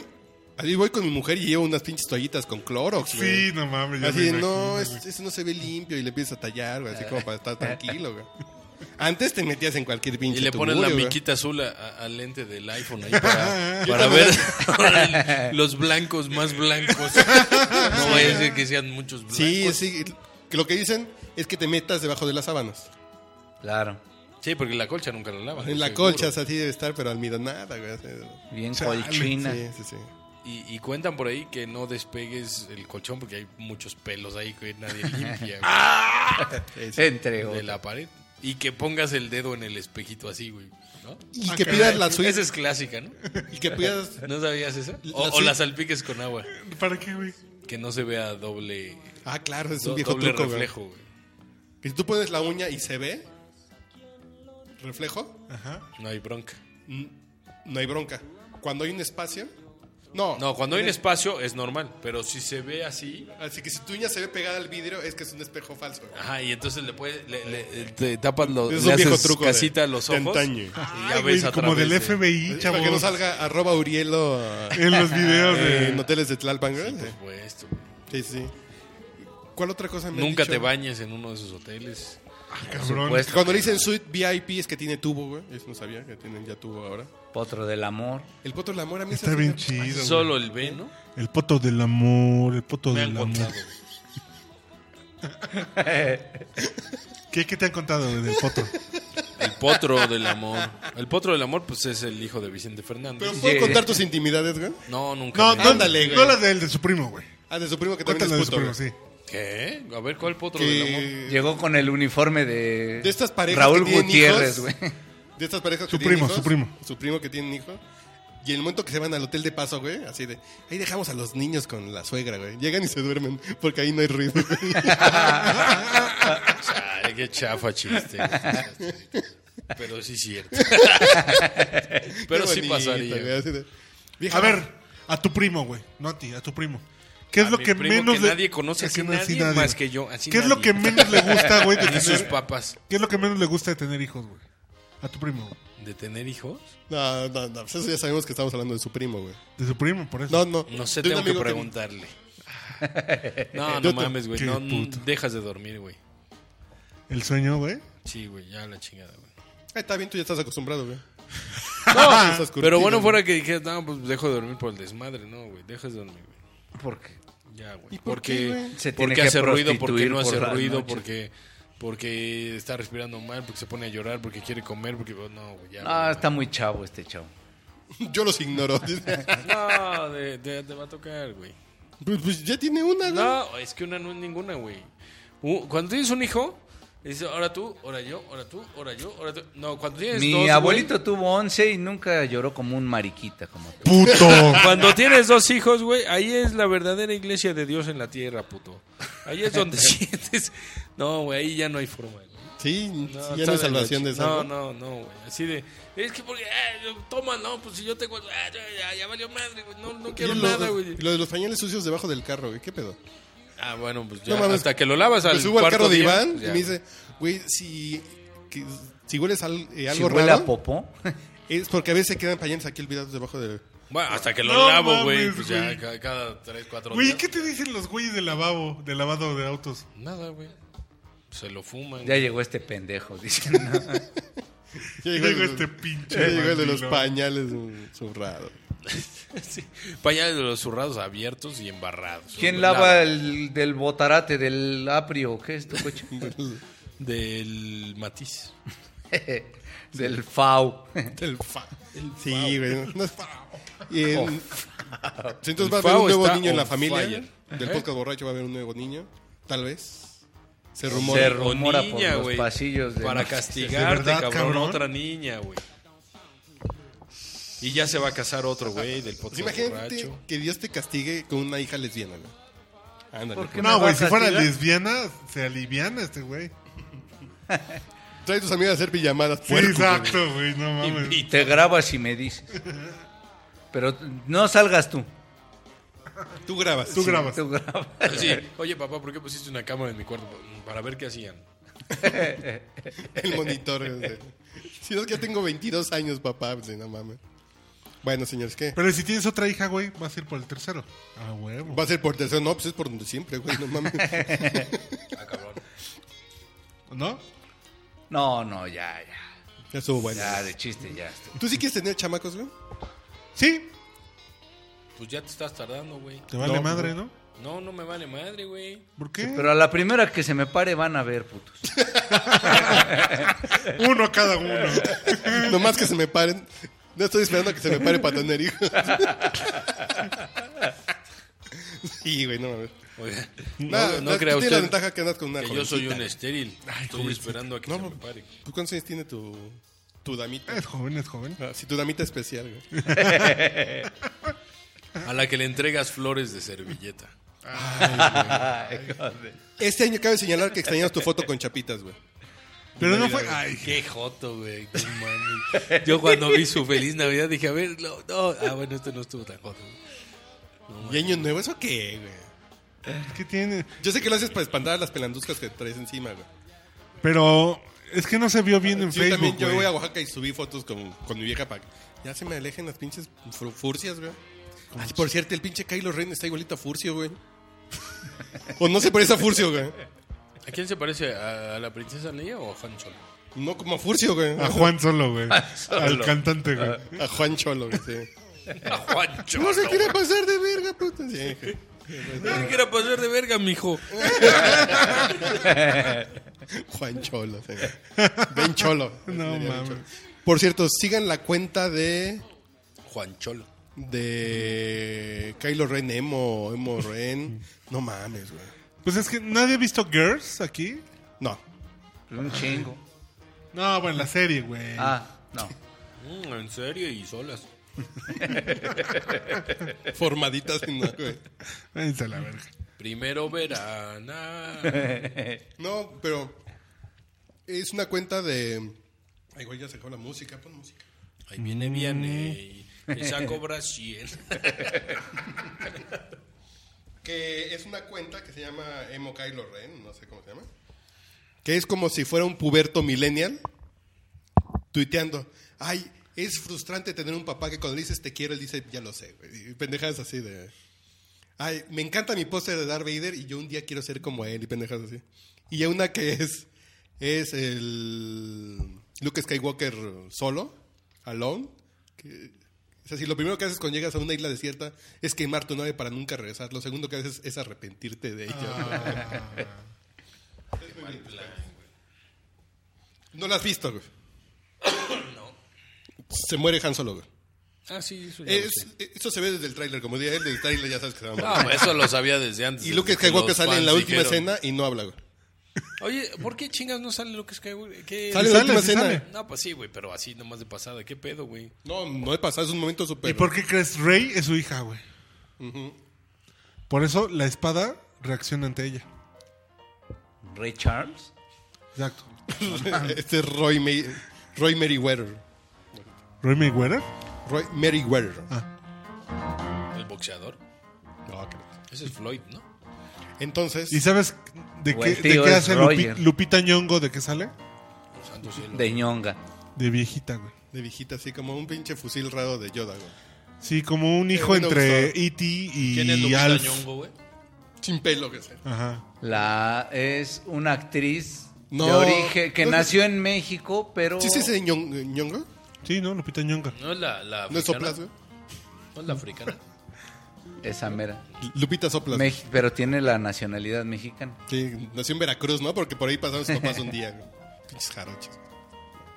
[SPEAKER 1] ahí voy con mi mujer y llevo unas pinches toallitas con Clorox, güey.
[SPEAKER 3] Sí, no mames. ya
[SPEAKER 1] Así
[SPEAKER 3] me
[SPEAKER 1] de,
[SPEAKER 3] imagino,
[SPEAKER 1] no,
[SPEAKER 3] güey.
[SPEAKER 1] es- eso no se ve limpio y le empiezas a tallar, güey, así como para
[SPEAKER 3] [LAUGHS]
[SPEAKER 1] estar tranquilo, güey. Antes te metías en cualquier
[SPEAKER 2] Y
[SPEAKER 1] pinche
[SPEAKER 2] le pones la
[SPEAKER 1] tugurio, güey.
[SPEAKER 2] miquita azul a- a- al lente del iPhone
[SPEAKER 1] [LAUGHS]
[SPEAKER 2] ahí para, para [LAUGHS] ver los blancos más blancos. No vaya a ser que sean muchos blancos.
[SPEAKER 1] Sí, sí. que Lo que dicen es que te metas debajo de las sábanas.
[SPEAKER 5] Claro.
[SPEAKER 2] Sí, porque la colcha nunca la lavan.
[SPEAKER 1] En la
[SPEAKER 2] seguro.
[SPEAKER 1] colcha, o sea, así debe estar, pero almidonada, güey. así.
[SPEAKER 5] Bien
[SPEAKER 3] Chale,
[SPEAKER 5] colchina.
[SPEAKER 1] Sí, sí, sí.
[SPEAKER 2] Y, y cuentan por ahí que no despegues el colchón porque hay muchos pelos ahí que nadie limpia güey,
[SPEAKER 5] Entre
[SPEAKER 2] de
[SPEAKER 5] otros.
[SPEAKER 2] la pared. Y que pongas el dedo en el espejito así, güey. ¿no?
[SPEAKER 1] Y
[SPEAKER 3] Ah,
[SPEAKER 1] que pidas la suite.
[SPEAKER 2] Esa es clásica, ¿no?
[SPEAKER 1] Y que pidas
[SPEAKER 2] ¿No sabías esa? O,
[SPEAKER 1] La
[SPEAKER 2] o
[SPEAKER 1] suite.
[SPEAKER 2] la salpiques con agua.
[SPEAKER 3] ¿Para qué, güey?
[SPEAKER 2] Que no se vea doble,
[SPEAKER 1] Ah, claro, es un
[SPEAKER 2] do-
[SPEAKER 1] viejo
[SPEAKER 2] doble
[SPEAKER 1] truco, güey.
[SPEAKER 2] reflejo, güey.
[SPEAKER 1] Que si tú pones la uña y se ve reflejo,
[SPEAKER 3] Ajá.
[SPEAKER 2] No hay bronca.
[SPEAKER 1] n- no hay bronca. Cuando hay un espacio, no.
[SPEAKER 2] No, cuando hay un espacio es normal, pero si se ve así,
[SPEAKER 1] Así que si tu uña se ve pegada al vidrio, es que es un espejo falso. güey.
[SPEAKER 2] ajá, y entonces le puedes le, le- te tapas los
[SPEAKER 1] Es
[SPEAKER 2] le
[SPEAKER 1] un viejo
[SPEAKER 2] haces
[SPEAKER 1] truco. de-
[SPEAKER 2] casita a los
[SPEAKER 1] de
[SPEAKER 2] ojos.
[SPEAKER 1] antaño.
[SPEAKER 2] Y ya
[SPEAKER 3] Ay,
[SPEAKER 2] ves eh.
[SPEAKER 3] güey,
[SPEAKER 2] a
[SPEAKER 3] como
[SPEAKER 2] través
[SPEAKER 3] del
[SPEAKER 2] de-
[SPEAKER 3] FBI,
[SPEAKER 1] Para
[SPEAKER 3] chavo.
[SPEAKER 1] que no salga arroba Urielo [LAUGHS] eh,
[SPEAKER 3] En los videos
[SPEAKER 1] en
[SPEAKER 3] de...
[SPEAKER 1] hoteles de Tlalpan, güey.
[SPEAKER 2] Por supuesto, güey.
[SPEAKER 1] Sí, sí. ¿Cuál otra cosa me han
[SPEAKER 2] Nunca
[SPEAKER 1] dicho?
[SPEAKER 2] te bañes en uno de esos hoteles.
[SPEAKER 3] ah, Cabrón.
[SPEAKER 5] Supuesto.
[SPEAKER 1] Cuando le dicen suite VIP es que tiene tubo, güey. Eso no sabía que tienen ya tubo ahora.
[SPEAKER 5] Potro del amor.
[SPEAKER 1] El potro de la mora a mí se
[SPEAKER 3] Está
[SPEAKER 1] me-
[SPEAKER 3] bien chido, güey.
[SPEAKER 2] Solo el B, ¿no?
[SPEAKER 3] El poto del amor, el poto
[SPEAKER 2] Me han
[SPEAKER 3] del amor.
[SPEAKER 2] contado. güey.
[SPEAKER 3] ¿Qué, ¿Qué te han contado güey, del poto?
[SPEAKER 2] El potro del amor. El potro del amor, pues es el hijo de Vicente Fernández.
[SPEAKER 1] Pero puedo
[SPEAKER 5] Sí.
[SPEAKER 1] contar tus intimidades, güey.
[SPEAKER 2] No, nunca.
[SPEAKER 3] No,
[SPEAKER 2] me-
[SPEAKER 3] no,
[SPEAKER 1] Ándale, güey.
[SPEAKER 3] no la del de su primo, güey.
[SPEAKER 1] Ah, de su primo que también
[SPEAKER 3] Cuéntala de
[SPEAKER 1] es
[SPEAKER 3] su
[SPEAKER 1] puto.
[SPEAKER 3] primo,
[SPEAKER 1] güey.
[SPEAKER 3] sí.
[SPEAKER 2] ¿Qué? A ver, ¿cuál potro del amor?
[SPEAKER 1] Que-
[SPEAKER 5] Llegó con el uniforme de,
[SPEAKER 1] de estas parejas
[SPEAKER 5] Raúl
[SPEAKER 1] que tienen
[SPEAKER 5] Gutiérrez,
[SPEAKER 1] hijos,
[SPEAKER 5] güey. [LAUGHS]
[SPEAKER 1] De estas parejas que
[SPEAKER 3] Su
[SPEAKER 1] tienen
[SPEAKER 3] primo,
[SPEAKER 1] hijos,
[SPEAKER 3] su primo.
[SPEAKER 1] Su primo que tienen hijos. Y en el momento que se van al hotel de paso, güey, así de... Ahí dejamos a los niños con la suegra, güey. Llegan y se duermen porque ahí no hay ruido. güey.
[SPEAKER 2] Ay, qué chafa chiste. güey. Pero sí
[SPEAKER 1] [LAUGHS]
[SPEAKER 2] es cierto. [LAUGHS] Pero
[SPEAKER 1] Qué
[SPEAKER 2] sí
[SPEAKER 1] bonito,
[SPEAKER 2] pasaría.
[SPEAKER 1] güey, así de, "Vieja,
[SPEAKER 3] A ver, a tu primo, güey. No a ti, a tu primo. ¿Qué es
[SPEAKER 2] A
[SPEAKER 3] lo
[SPEAKER 2] mi
[SPEAKER 3] que
[SPEAKER 2] primo
[SPEAKER 3] menos
[SPEAKER 2] que
[SPEAKER 3] le-
[SPEAKER 2] nadie conoce,
[SPEAKER 3] que
[SPEAKER 2] así
[SPEAKER 3] no- así
[SPEAKER 2] nadie más
[SPEAKER 3] güey.
[SPEAKER 2] que yo, así
[SPEAKER 3] ¿Qué es lo
[SPEAKER 2] nadie.
[SPEAKER 3] que menos le
[SPEAKER 2] [LAUGHS]
[SPEAKER 3] gusta, güey, de
[SPEAKER 2] Y sus
[SPEAKER 3] tener...
[SPEAKER 2] papas.
[SPEAKER 3] ¿Qué es lo que menos le gusta de tener hijos, güey? A tu primo, güey.
[SPEAKER 2] ¿De tener hijos?
[SPEAKER 1] No, no, no. pues eso ya sabemos que estamos hablando de su primo, güey.
[SPEAKER 3] De su primo, por eso.
[SPEAKER 1] No, no.
[SPEAKER 2] No sé,
[SPEAKER 1] De un
[SPEAKER 2] tengo que
[SPEAKER 1] amigo
[SPEAKER 2] preguntarle.
[SPEAKER 1] [LAUGHS]
[SPEAKER 2] No,
[SPEAKER 1] Yo
[SPEAKER 2] no
[SPEAKER 1] te-
[SPEAKER 2] mames, güey.
[SPEAKER 3] qué
[SPEAKER 2] No, no,
[SPEAKER 3] puto.
[SPEAKER 2] dejas de dormir, güey.
[SPEAKER 3] El sueño, güey.
[SPEAKER 2] Sí, güey, ya la chingada, güey.
[SPEAKER 1] Ay, está bien, tú ya estás acostumbrado, güey.
[SPEAKER 2] [LAUGHS] No,
[SPEAKER 1] estás curtido,
[SPEAKER 2] pero bueno
[SPEAKER 1] ¿no?
[SPEAKER 2] fuera que dijeras, no, pues dejo de dormir por el desmadre, no, güey, dejas de dormir, güey.
[SPEAKER 5] Porque
[SPEAKER 2] Ya, güey.
[SPEAKER 1] ¿Y por qué, güey?
[SPEAKER 5] Se tiene
[SPEAKER 2] porque
[SPEAKER 5] que
[SPEAKER 2] hace ruido, porque
[SPEAKER 5] prostituir
[SPEAKER 2] no
[SPEAKER 5] por
[SPEAKER 2] hace
[SPEAKER 5] las
[SPEAKER 2] ruido,
[SPEAKER 5] noches.
[SPEAKER 2] porque porque está respirando mal, porque se pone a llorar, porque quiere comer, porque no, güey, ya.
[SPEAKER 5] Ah,
[SPEAKER 2] güey.
[SPEAKER 5] está muy chavo este chavo.
[SPEAKER 1] Yo los
[SPEAKER 2] [LAUGHS]
[SPEAKER 1] ignoro.
[SPEAKER 2] No, de- de- te va a tocar, güey.
[SPEAKER 1] pues, pues ya tiene una, güey.
[SPEAKER 2] No, es que una no es ninguna, güey. U- Cuando Uh, tienes un hijo, Y dice, ahora tú, ahora yo, ahora tú, ahora yo, ahora tú. No, cuando tienes
[SPEAKER 5] Mi
[SPEAKER 2] dos. güey,
[SPEAKER 5] abuelito tuvo 11 y nunca lloró como un mariquita como tú.
[SPEAKER 3] Puto.
[SPEAKER 5] [LAUGHS]
[SPEAKER 2] Cuando tienes dos hijos, güey, ahí es la verdadera iglesia de Dios en la tierra, puto. Ahí es
[SPEAKER 5] [LAUGHS]
[SPEAKER 2] donde [LAUGHS] sientes. No, güey, ahí ya no hay forma. güey.
[SPEAKER 1] Sí,
[SPEAKER 2] No,
[SPEAKER 1] ya no hay
[SPEAKER 2] está la
[SPEAKER 1] salvación de
[SPEAKER 2] leche.
[SPEAKER 1] esa.
[SPEAKER 2] No, no, no, güey. Así de. Es que porque. eh, yo- toma, no, pues si yo tengo. eh, ya, ya valió madre, güey. No, no
[SPEAKER 1] Y
[SPEAKER 2] quiero
[SPEAKER 1] lo,
[SPEAKER 2] nada, güey.
[SPEAKER 1] y lo de los pañales sucios debajo del carro, güey, ¿qué pedo?
[SPEAKER 2] Ah, bueno, pues ya.
[SPEAKER 1] No mames.
[SPEAKER 2] hasta que lo lavas al.
[SPEAKER 1] Me subo al
[SPEAKER 2] cuarto
[SPEAKER 1] carro de
[SPEAKER 2] día,
[SPEAKER 1] Iván
[SPEAKER 2] pues,
[SPEAKER 1] y
[SPEAKER 2] ya.
[SPEAKER 1] me dice, güey, si, que- si hueles al- eh,
[SPEAKER 5] Si
[SPEAKER 1] algo
[SPEAKER 5] huele a
[SPEAKER 1] raro,
[SPEAKER 5] popó, [LAUGHS]
[SPEAKER 1] es porque a veces se quedan pañales aquí olvidados debajo del...
[SPEAKER 2] Bueno, hasta que lo
[SPEAKER 3] No
[SPEAKER 2] lavo, güey.
[SPEAKER 3] mames,
[SPEAKER 2] Pues ya,
[SPEAKER 3] güey.
[SPEAKER 2] ca- cada tres, cuatro
[SPEAKER 3] [LAUGHS] Güey,
[SPEAKER 2] días.
[SPEAKER 3] ¿qué te dicen los güeyes de lavabo, de lavado de autos?
[SPEAKER 2] Nada, güey. Se lo fuman.
[SPEAKER 5] ya llegó este pendejo, [LAUGHS] dicen. ¿no?
[SPEAKER 1] [LAUGHS] Ya
[SPEAKER 3] Llegó
[SPEAKER 1] llegó el-
[SPEAKER 3] este pinche
[SPEAKER 1] ya llegó el de los
[SPEAKER 3] mandilón.
[SPEAKER 1] pañales mm, zurrado. [LAUGHS]
[SPEAKER 2] Sí. Pañales de los zurrados abiertos y embarrados.
[SPEAKER 5] ¿Quién
[SPEAKER 2] Lava-
[SPEAKER 5] lava el del botarate, del aprio? ¿Qué es tu
[SPEAKER 1] [LAUGHS]
[SPEAKER 5] coche?
[SPEAKER 2] Del matiz.
[SPEAKER 5] del FAU. [LAUGHS]
[SPEAKER 1] El fa. sí, güey. No es fa. Y el- Sí, entonces va a
[SPEAKER 2] El
[SPEAKER 1] haber
[SPEAKER 2] fao
[SPEAKER 1] un nuevo
[SPEAKER 2] está
[SPEAKER 1] niño en la
[SPEAKER 2] on
[SPEAKER 1] familia.
[SPEAKER 2] fire.
[SPEAKER 1] Del
[SPEAKER 2] ¿Eh?
[SPEAKER 1] podcast borracho va a haber un nuevo niño. Tal vez.
[SPEAKER 5] Se
[SPEAKER 1] Se rumora.
[SPEAKER 5] ru- rumora por los
[SPEAKER 2] güey,
[SPEAKER 5] pasillos de-
[SPEAKER 2] para
[SPEAKER 5] ¿De
[SPEAKER 2] castigarte,
[SPEAKER 3] verdad,
[SPEAKER 2] cabrón,
[SPEAKER 3] cabrón?
[SPEAKER 2] Otra niña, güey. Y ya se va a casar otro, güey,
[SPEAKER 1] Pues
[SPEAKER 2] del podcast
[SPEAKER 1] imagínate
[SPEAKER 2] borracho.
[SPEAKER 1] que Dios te castigue con una hija lesbiana, güey. Ándale.
[SPEAKER 5] ¿Por qué me
[SPEAKER 3] No,
[SPEAKER 5] va
[SPEAKER 3] güey,
[SPEAKER 5] a
[SPEAKER 3] si fuera
[SPEAKER 5] castigar?
[SPEAKER 3] lesbiana, se aliviana este güey.
[SPEAKER 1] Trae a tus amigas a hacer pijamadas.
[SPEAKER 3] Sí,
[SPEAKER 1] puerco, güey.
[SPEAKER 3] exacto, güey, no mames.
[SPEAKER 2] Y- y-
[SPEAKER 5] Te grabas y me dices. Pero no salgas tú.
[SPEAKER 1] Tú grabas.
[SPEAKER 3] Tú grabas.
[SPEAKER 5] Tú grabas. [LAUGHS]
[SPEAKER 2] sí, Oye, papá, ¿por qué pusiste una cámara en mi cuarto? Para ver qué hacían.
[SPEAKER 1] El monitor. güey. Si no, que ya tengo 22 años, papá. Pues, no mames. Bueno, señores, ¿qué?
[SPEAKER 3] Pero si tienes otra hija, güey, vas a ir por el tercero. Ah, huevo.
[SPEAKER 1] Va a ser por tercero. No, pues es por donde siempre, güey. No
[SPEAKER 3] [LAUGHS]
[SPEAKER 1] mames.
[SPEAKER 2] Ah, cabrón.
[SPEAKER 3] ¿No?
[SPEAKER 5] No, no, ya, ya.
[SPEAKER 1] Ya estuvo bueno.
[SPEAKER 5] Ya, de chiste, ya. estuvo.
[SPEAKER 1] ¿Tú sí quieres tener chamacos, güey?
[SPEAKER 3] Sí,
[SPEAKER 2] Pues ya te estás tardando, güey.
[SPEAKER 3] te vale
[SPEAKER 1] No,
[SPEAKER 3] madre, ¿no?
[SPEAKER 2] No, no me vale madre, güey.
[SPEAKER 3] ¿Por qué?
[SPEAKER 5] Pero a la primera que se me pare van a ver, putos.
[SPEAKER 3] Uno cada uno.
[SPEAKER 1] [LAUGHS] Nomás que se me paren. No estoy esperando a que se me pare para tener hijos. [LAUGHS] Sí, güey, no mames.
[SPEAKER 2] Oiga,
[SPEAKER 1] Nada,
[SPEAKER 2] no, no
[SPEAKER 1] tú
[SPEAKER 2] crea
[SPEAKER 1] Tienes la
[SPEAKER 2] usted
[SPEAKER 1] ventaja que andas con una
[SPEAKER 2] que yo soy
[SPEAKER 1] jovencita.
[SPEAKER 2] un estéril. Estoy esperando a que
[SPEAKER 1] No,
[SPEAKER 2] se me
[SPEAKER 1] no.
[SPEAKER 2] pare.
[SPEAKER 1] ¿Tú cuántos años tiene tu, tu damita?
[SPEAKER 2] Eh.
[SPEAKER 3] Es joven, es joven.
[SPEAKER 1] Ah, sí, tu damita especial, güey.
[SPEAKER 2] A la que le entregas flores de servilleta.
[SPEAKER 1] Este año cabe señalar que extrañamos tu foto con chapitas, güey.
[SPEAKER 3] Pero no fue. Ay,
[SPEAKER 2] Qué joto, güey. no mames. Yo cuando vi su feliz Navidad dije, a ver, no, no. Ah, bueno, este no estuvo tan joto.
[SPEAKER 1] ¿Y año nuevo eso qué, güey?
[SPEAKER 3] ah, ¿qué tiene?
[SPEAKER 1] Yo sé que lo haces para espantar a las pelanduscas que traes encima, güey.
[SPEAKER 3] Pero es que no se vio bien en
[SPEAKER 1] Ah, Yo
[SPEAKER 3] Facebook.
[SPEAKER 1] también, yo
[SPEAKER 3] güey.
[SPEAKER 1] voy a Oaxaca y subí fotos con, con mi vieja para ya se me alejen las pinches fur- furcias, güey. Ay, por cierto, el pinche Kylo Ren está igualito a Furcio, güey. o no se parece a Furcio, güey.
[SPEAKER 2] ¿A quién se parece? ¿A la princesa Leia o a Han Solo?
[SPEAKER 1] No como a Furcio, güey.
[SPEAKER 2] Ah.
[SPEAKER 3] A Juan
[SPEAKER 1] [LAUGHS]
[SPEAKER 3] solo, güey. Al cantante, güey.
[SPEAKER 1] A Juan Cholo, güey. sí.
[SPEAKER 2] A Juan Solo.
[SPEAKER 1] No se quiere pasar de verga, puta. Sí, [LAUGHS] güey.
[SPEAKER 2] No me quiera pasar de verga, mijo.
[SPEAKER 1] Juan Cholo, sí, güey. Ben Cholo.
[SPEAKER 3] [LAUGHS] No
[SPEAKER 1] Diría Ben
[SPEAKER 3] mames.
[SPEAKER 1] Cholo. Por cierto, sigan la cuenta de
[SPEAKER 2] Juan Cholo.
[SPEAKER 1] de Kylo Ren emo, emo Ren. No mames, güey.
[SPEAKER 3] Pues es que nadie ha visto Girls aquí.
[SPEAKER 1] No.
[SPEAKER 5] Un chingo.
[SPEAKER 3] No, bueno, la serie, güey.
[SPEAKER 5] Ah, no.
[SPEAKER 2] Mm, en serio y solas.
[SPEAKER 1] Formaditas y no, güey.
[SPEAKER 3] Váyanse a la verga.
[SPEAKER 2] Primero verana.
[SPEAKER 1] No, pero es una cuenta de. Ay, güey, ya se acabó la música, pon música.
[SPEAKER 2] Ahí viene Vianney. Esa cobra 100.
[SPEAKER 1] Que es una cuenta que se llama Emo Kylo Ren, no sé cómo se llama. Que es como si fuera un puberto millennial tuiteando. Ay, es frustrante tener un papá que cuando le dices te quiero, él dice ya lo sé, güey. Y pendejadas así de. Ay, me encanta mi póster de Darth Vader y yo un día quiero ser como él y pendejadas así. Y hay una que es. Es el. Luke Skywalker solo, alone. que- es así, lo primero que haces cuando llegas a una isla desierta es quemar tu nave para nunca regresar. Lo segundo que haces es arrepentirte de ello.
[SPEAKER 3] Ah.
[SPEAKER 1] Es muy bien, pues, No la has visto, güey. Se muere Han Solo, güey.
[SPEAKER 2] [LAUGHS] Ah, sí, eso ya lo
[SPEAKER 1] Es-
[SPEAKER 2] sé.
[SPEAKER 1] Eso se ve desde el tráiler, como día él, desde el tráiler ya sabes que se va a morir.
[SPEAKER 2] No, eso lo sabía desde antes.
[SPEAKER 1] Y Luke
[SPEAKER 2] desde que
[SPEAKER 1] Skywalker
[SPEAKER 2] los
[SPEAKER 1] sale en
[SPEAKER 2] fans
[SPEAKER 1] la última
[SPEAKER 2] dijeron,
[SPEAKER 1] escena y no habla, güey.
[SPEAKER 2] Oye, ¿por qué chingas no sale Luke Skywalker? ¿Qué-
[SPEAKER 1] Sale la
[SPEAKER 3] sale,
[SPEAKER 1] última
[SPEAKER 3] sí
[SPEAKER 1] escena.
[SPEAKER 3] sale.
[SPEAKER 2] No, pues sí, güey, pero así nomás de pasada. ¿Qué pedo, güey?
[SPEAKER 1] No, no de pasar, es un momento súper.
[SPEAKER 3] ¿Y por qué crees? Rey es su hija, güey. Por eso la espada reacciona ante ella.
[SPEAKER 5] Ray Charles.
[SPEAKER 3] Exacto.
[SPEAKER 1] [LAUGHS] Este es Roy, May- Roy Merriweather.
[SPEAKER 3] ¿Roy Mayweather?
[SPEAKER 1] Roy Merriweather.
[SPEAKER 3] Ah.
[SPEAKER 2] ¿El boxeador?
[SPEAKER 1] No, ok.
[SPEAKER 2] Ese es Floyd, ¿no?
[SPEAKER 1] Entonces,
[SPEAKER 3] ¿Y sabes de
[SPEAKER 5] O
[SPEAKER 3] qué,
[SPEAKER 5] el
[SPEAKER 3] de
[SPEAKER 5] tío
[SPEAKER 3] qué
[SPEAKER 5] es
[SPEAKER 3] hace Lupi-
[SPEAKER 5] Roger.
[SPEAKER 3] Lupita Ñongo? ¿De qué sale?
[SPEAKER 2] Santo cielo.
[SPEAKER 5] De ñonga.
[SPEAKER 3] De viejita, güey.
[SPEAKER 1] de viejita, así como un pinche fusil raro de Yoda, güey.
[SPEAKER 3] Sí, como un hijo
[SPEAKER 1] bueno,
[SPEAKER 3] entre
[SPEAKER 1] gustó.
[SPEAKER 3] E.T. y
[SPEAKER 2] ¿Quién es Lupita
[SPEAKER 3] Alf.
[SPEAKER 2] Nyong'o, güey?
[SPEAKER 1] Sin pelo, que sea.
[SPEAKER 3] Ajá.
[SPEAKER 5] La es una actriz
[SPEAKER 1] No,
[SPEAKER 5] de origen que
[SPEAKER 1] no es-
[SPEAKER 5] nació en México, pero
[SPEAKER 1] ¿Sí se dice Ñong- Ñongo?
[SPEAKER 3] Sí, ¿no? Lupita Ñonga.
[SPEAKER 2] ¿No es la, la africana?
[SPEAKER 1] ¿No es Soplas, güey?
[SPEAKER 2] ¿No es
[SPEAKER 1] [LAUGHS]
[SPEAKER 2] la africana?
[SPEAKER 5] esa mera.
[SPEAKER 1] Lupita Soplas.
[SPEAKER 5] Mex- pero tiene la nacionalidad mexicana.
[SPEAKER 1] Sí, nació en Veracruz, ¿no? Porque por ahí pasaron sus papás un día, güey. [LAUGHS] Pinches jarochos.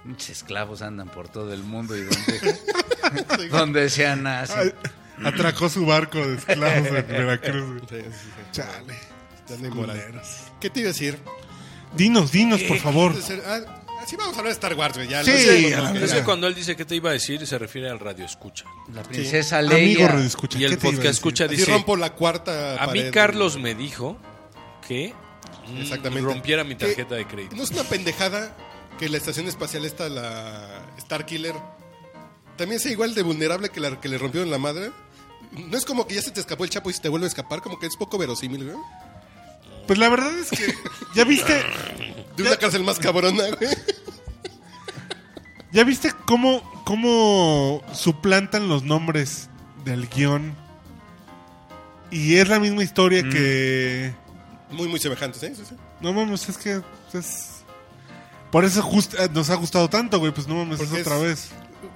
[SPEAKER 5] Muchos esclavos andan por todo el mundo y donde,
[SPEAKER 1] [LAUGHS]
[SPEAKER 5] donde [LAUGHS] sea nace.
[SPEAKER 3] Atracó su barco de esclavos en Veracruz, güey.
[SPEAKER 1] Sí, sí, sí.
[SPEAKER 3] Chale.
[SPEAKER 1] Están inmorales. ¿Qué te iba a decir?
[SPEAKER 3] Dinos, dinos, por favor.
[SPEAKER 1] Entonces, ah, sí, vamos a hablar de Star Wars, güey. Ya,
[SPEAKER 3] Sí,
[SPEAKER 1] lo sé,
[SPEAKER 3] a la
[SPEAKER 1] porque-
[SPEAKER 3] verga.
[SPEAKER 2] Es que cuando él dice que te iba a decir, se refiere al radio escucha.
[SPEAKER 5] La princesa
[SPEAKER 3] Amigo
[SPEAKER 5] Leia.
[SPEAKER 3] redescucha.
[SPEAKER 2] Y
[SPEAKER 3] ¿qué
[SPEAKER 2] el
[SPEAKER 3] te iba a
[SPEAKER 2] podcast
[SPEAKER 3] decir?
[SPEAKER 2] escucha
[SPEAKER 1] Así
[SPEAKER 2] dice,
[SPEAKER 1] rompo la cuarta
[SPEAKER 2] a mí
[SPEAKER 1] pared,
[SPEAKER 2] Carlos me dijo que mm,
[SPEAKER 1] Exactamente.
[SPEAKER 2] rompiera mi
[SPEAKER 1] Que-
[SPEAKER 2] tarjeta de crédito.
[SPEAKER 1] ¿No es una pendejada que la estación espacial esta, la Starkiller, también sea igual de vulnerable que la que le rompieron la madre? ¿No es como que ya se te escapó el chapo y se te vuelve a escapar? Como que es poco verosímil, güey.
[SPEAKER 3] Pues la verdad es que, ¿ya viste,
[SPEAKER 1] De una cárcel más cabrona, güey.
[SPEAKER 3] ya viste cómo, cómo suplantan los nombres del guión? Y es la misma historia que...
[SPEAKER 1] Muy, muy semejantes, ¿eh? Sí, sí.
[SPEAKER 3] No mames, es que es... Por eso just- eh, nos ha gustado tanto, güey. Pues no mames, es
[SPEAKER 1] Porque
[SPEAKER 3] otra
[SPEAKER 1] es-
[SPEAKER 3] vez.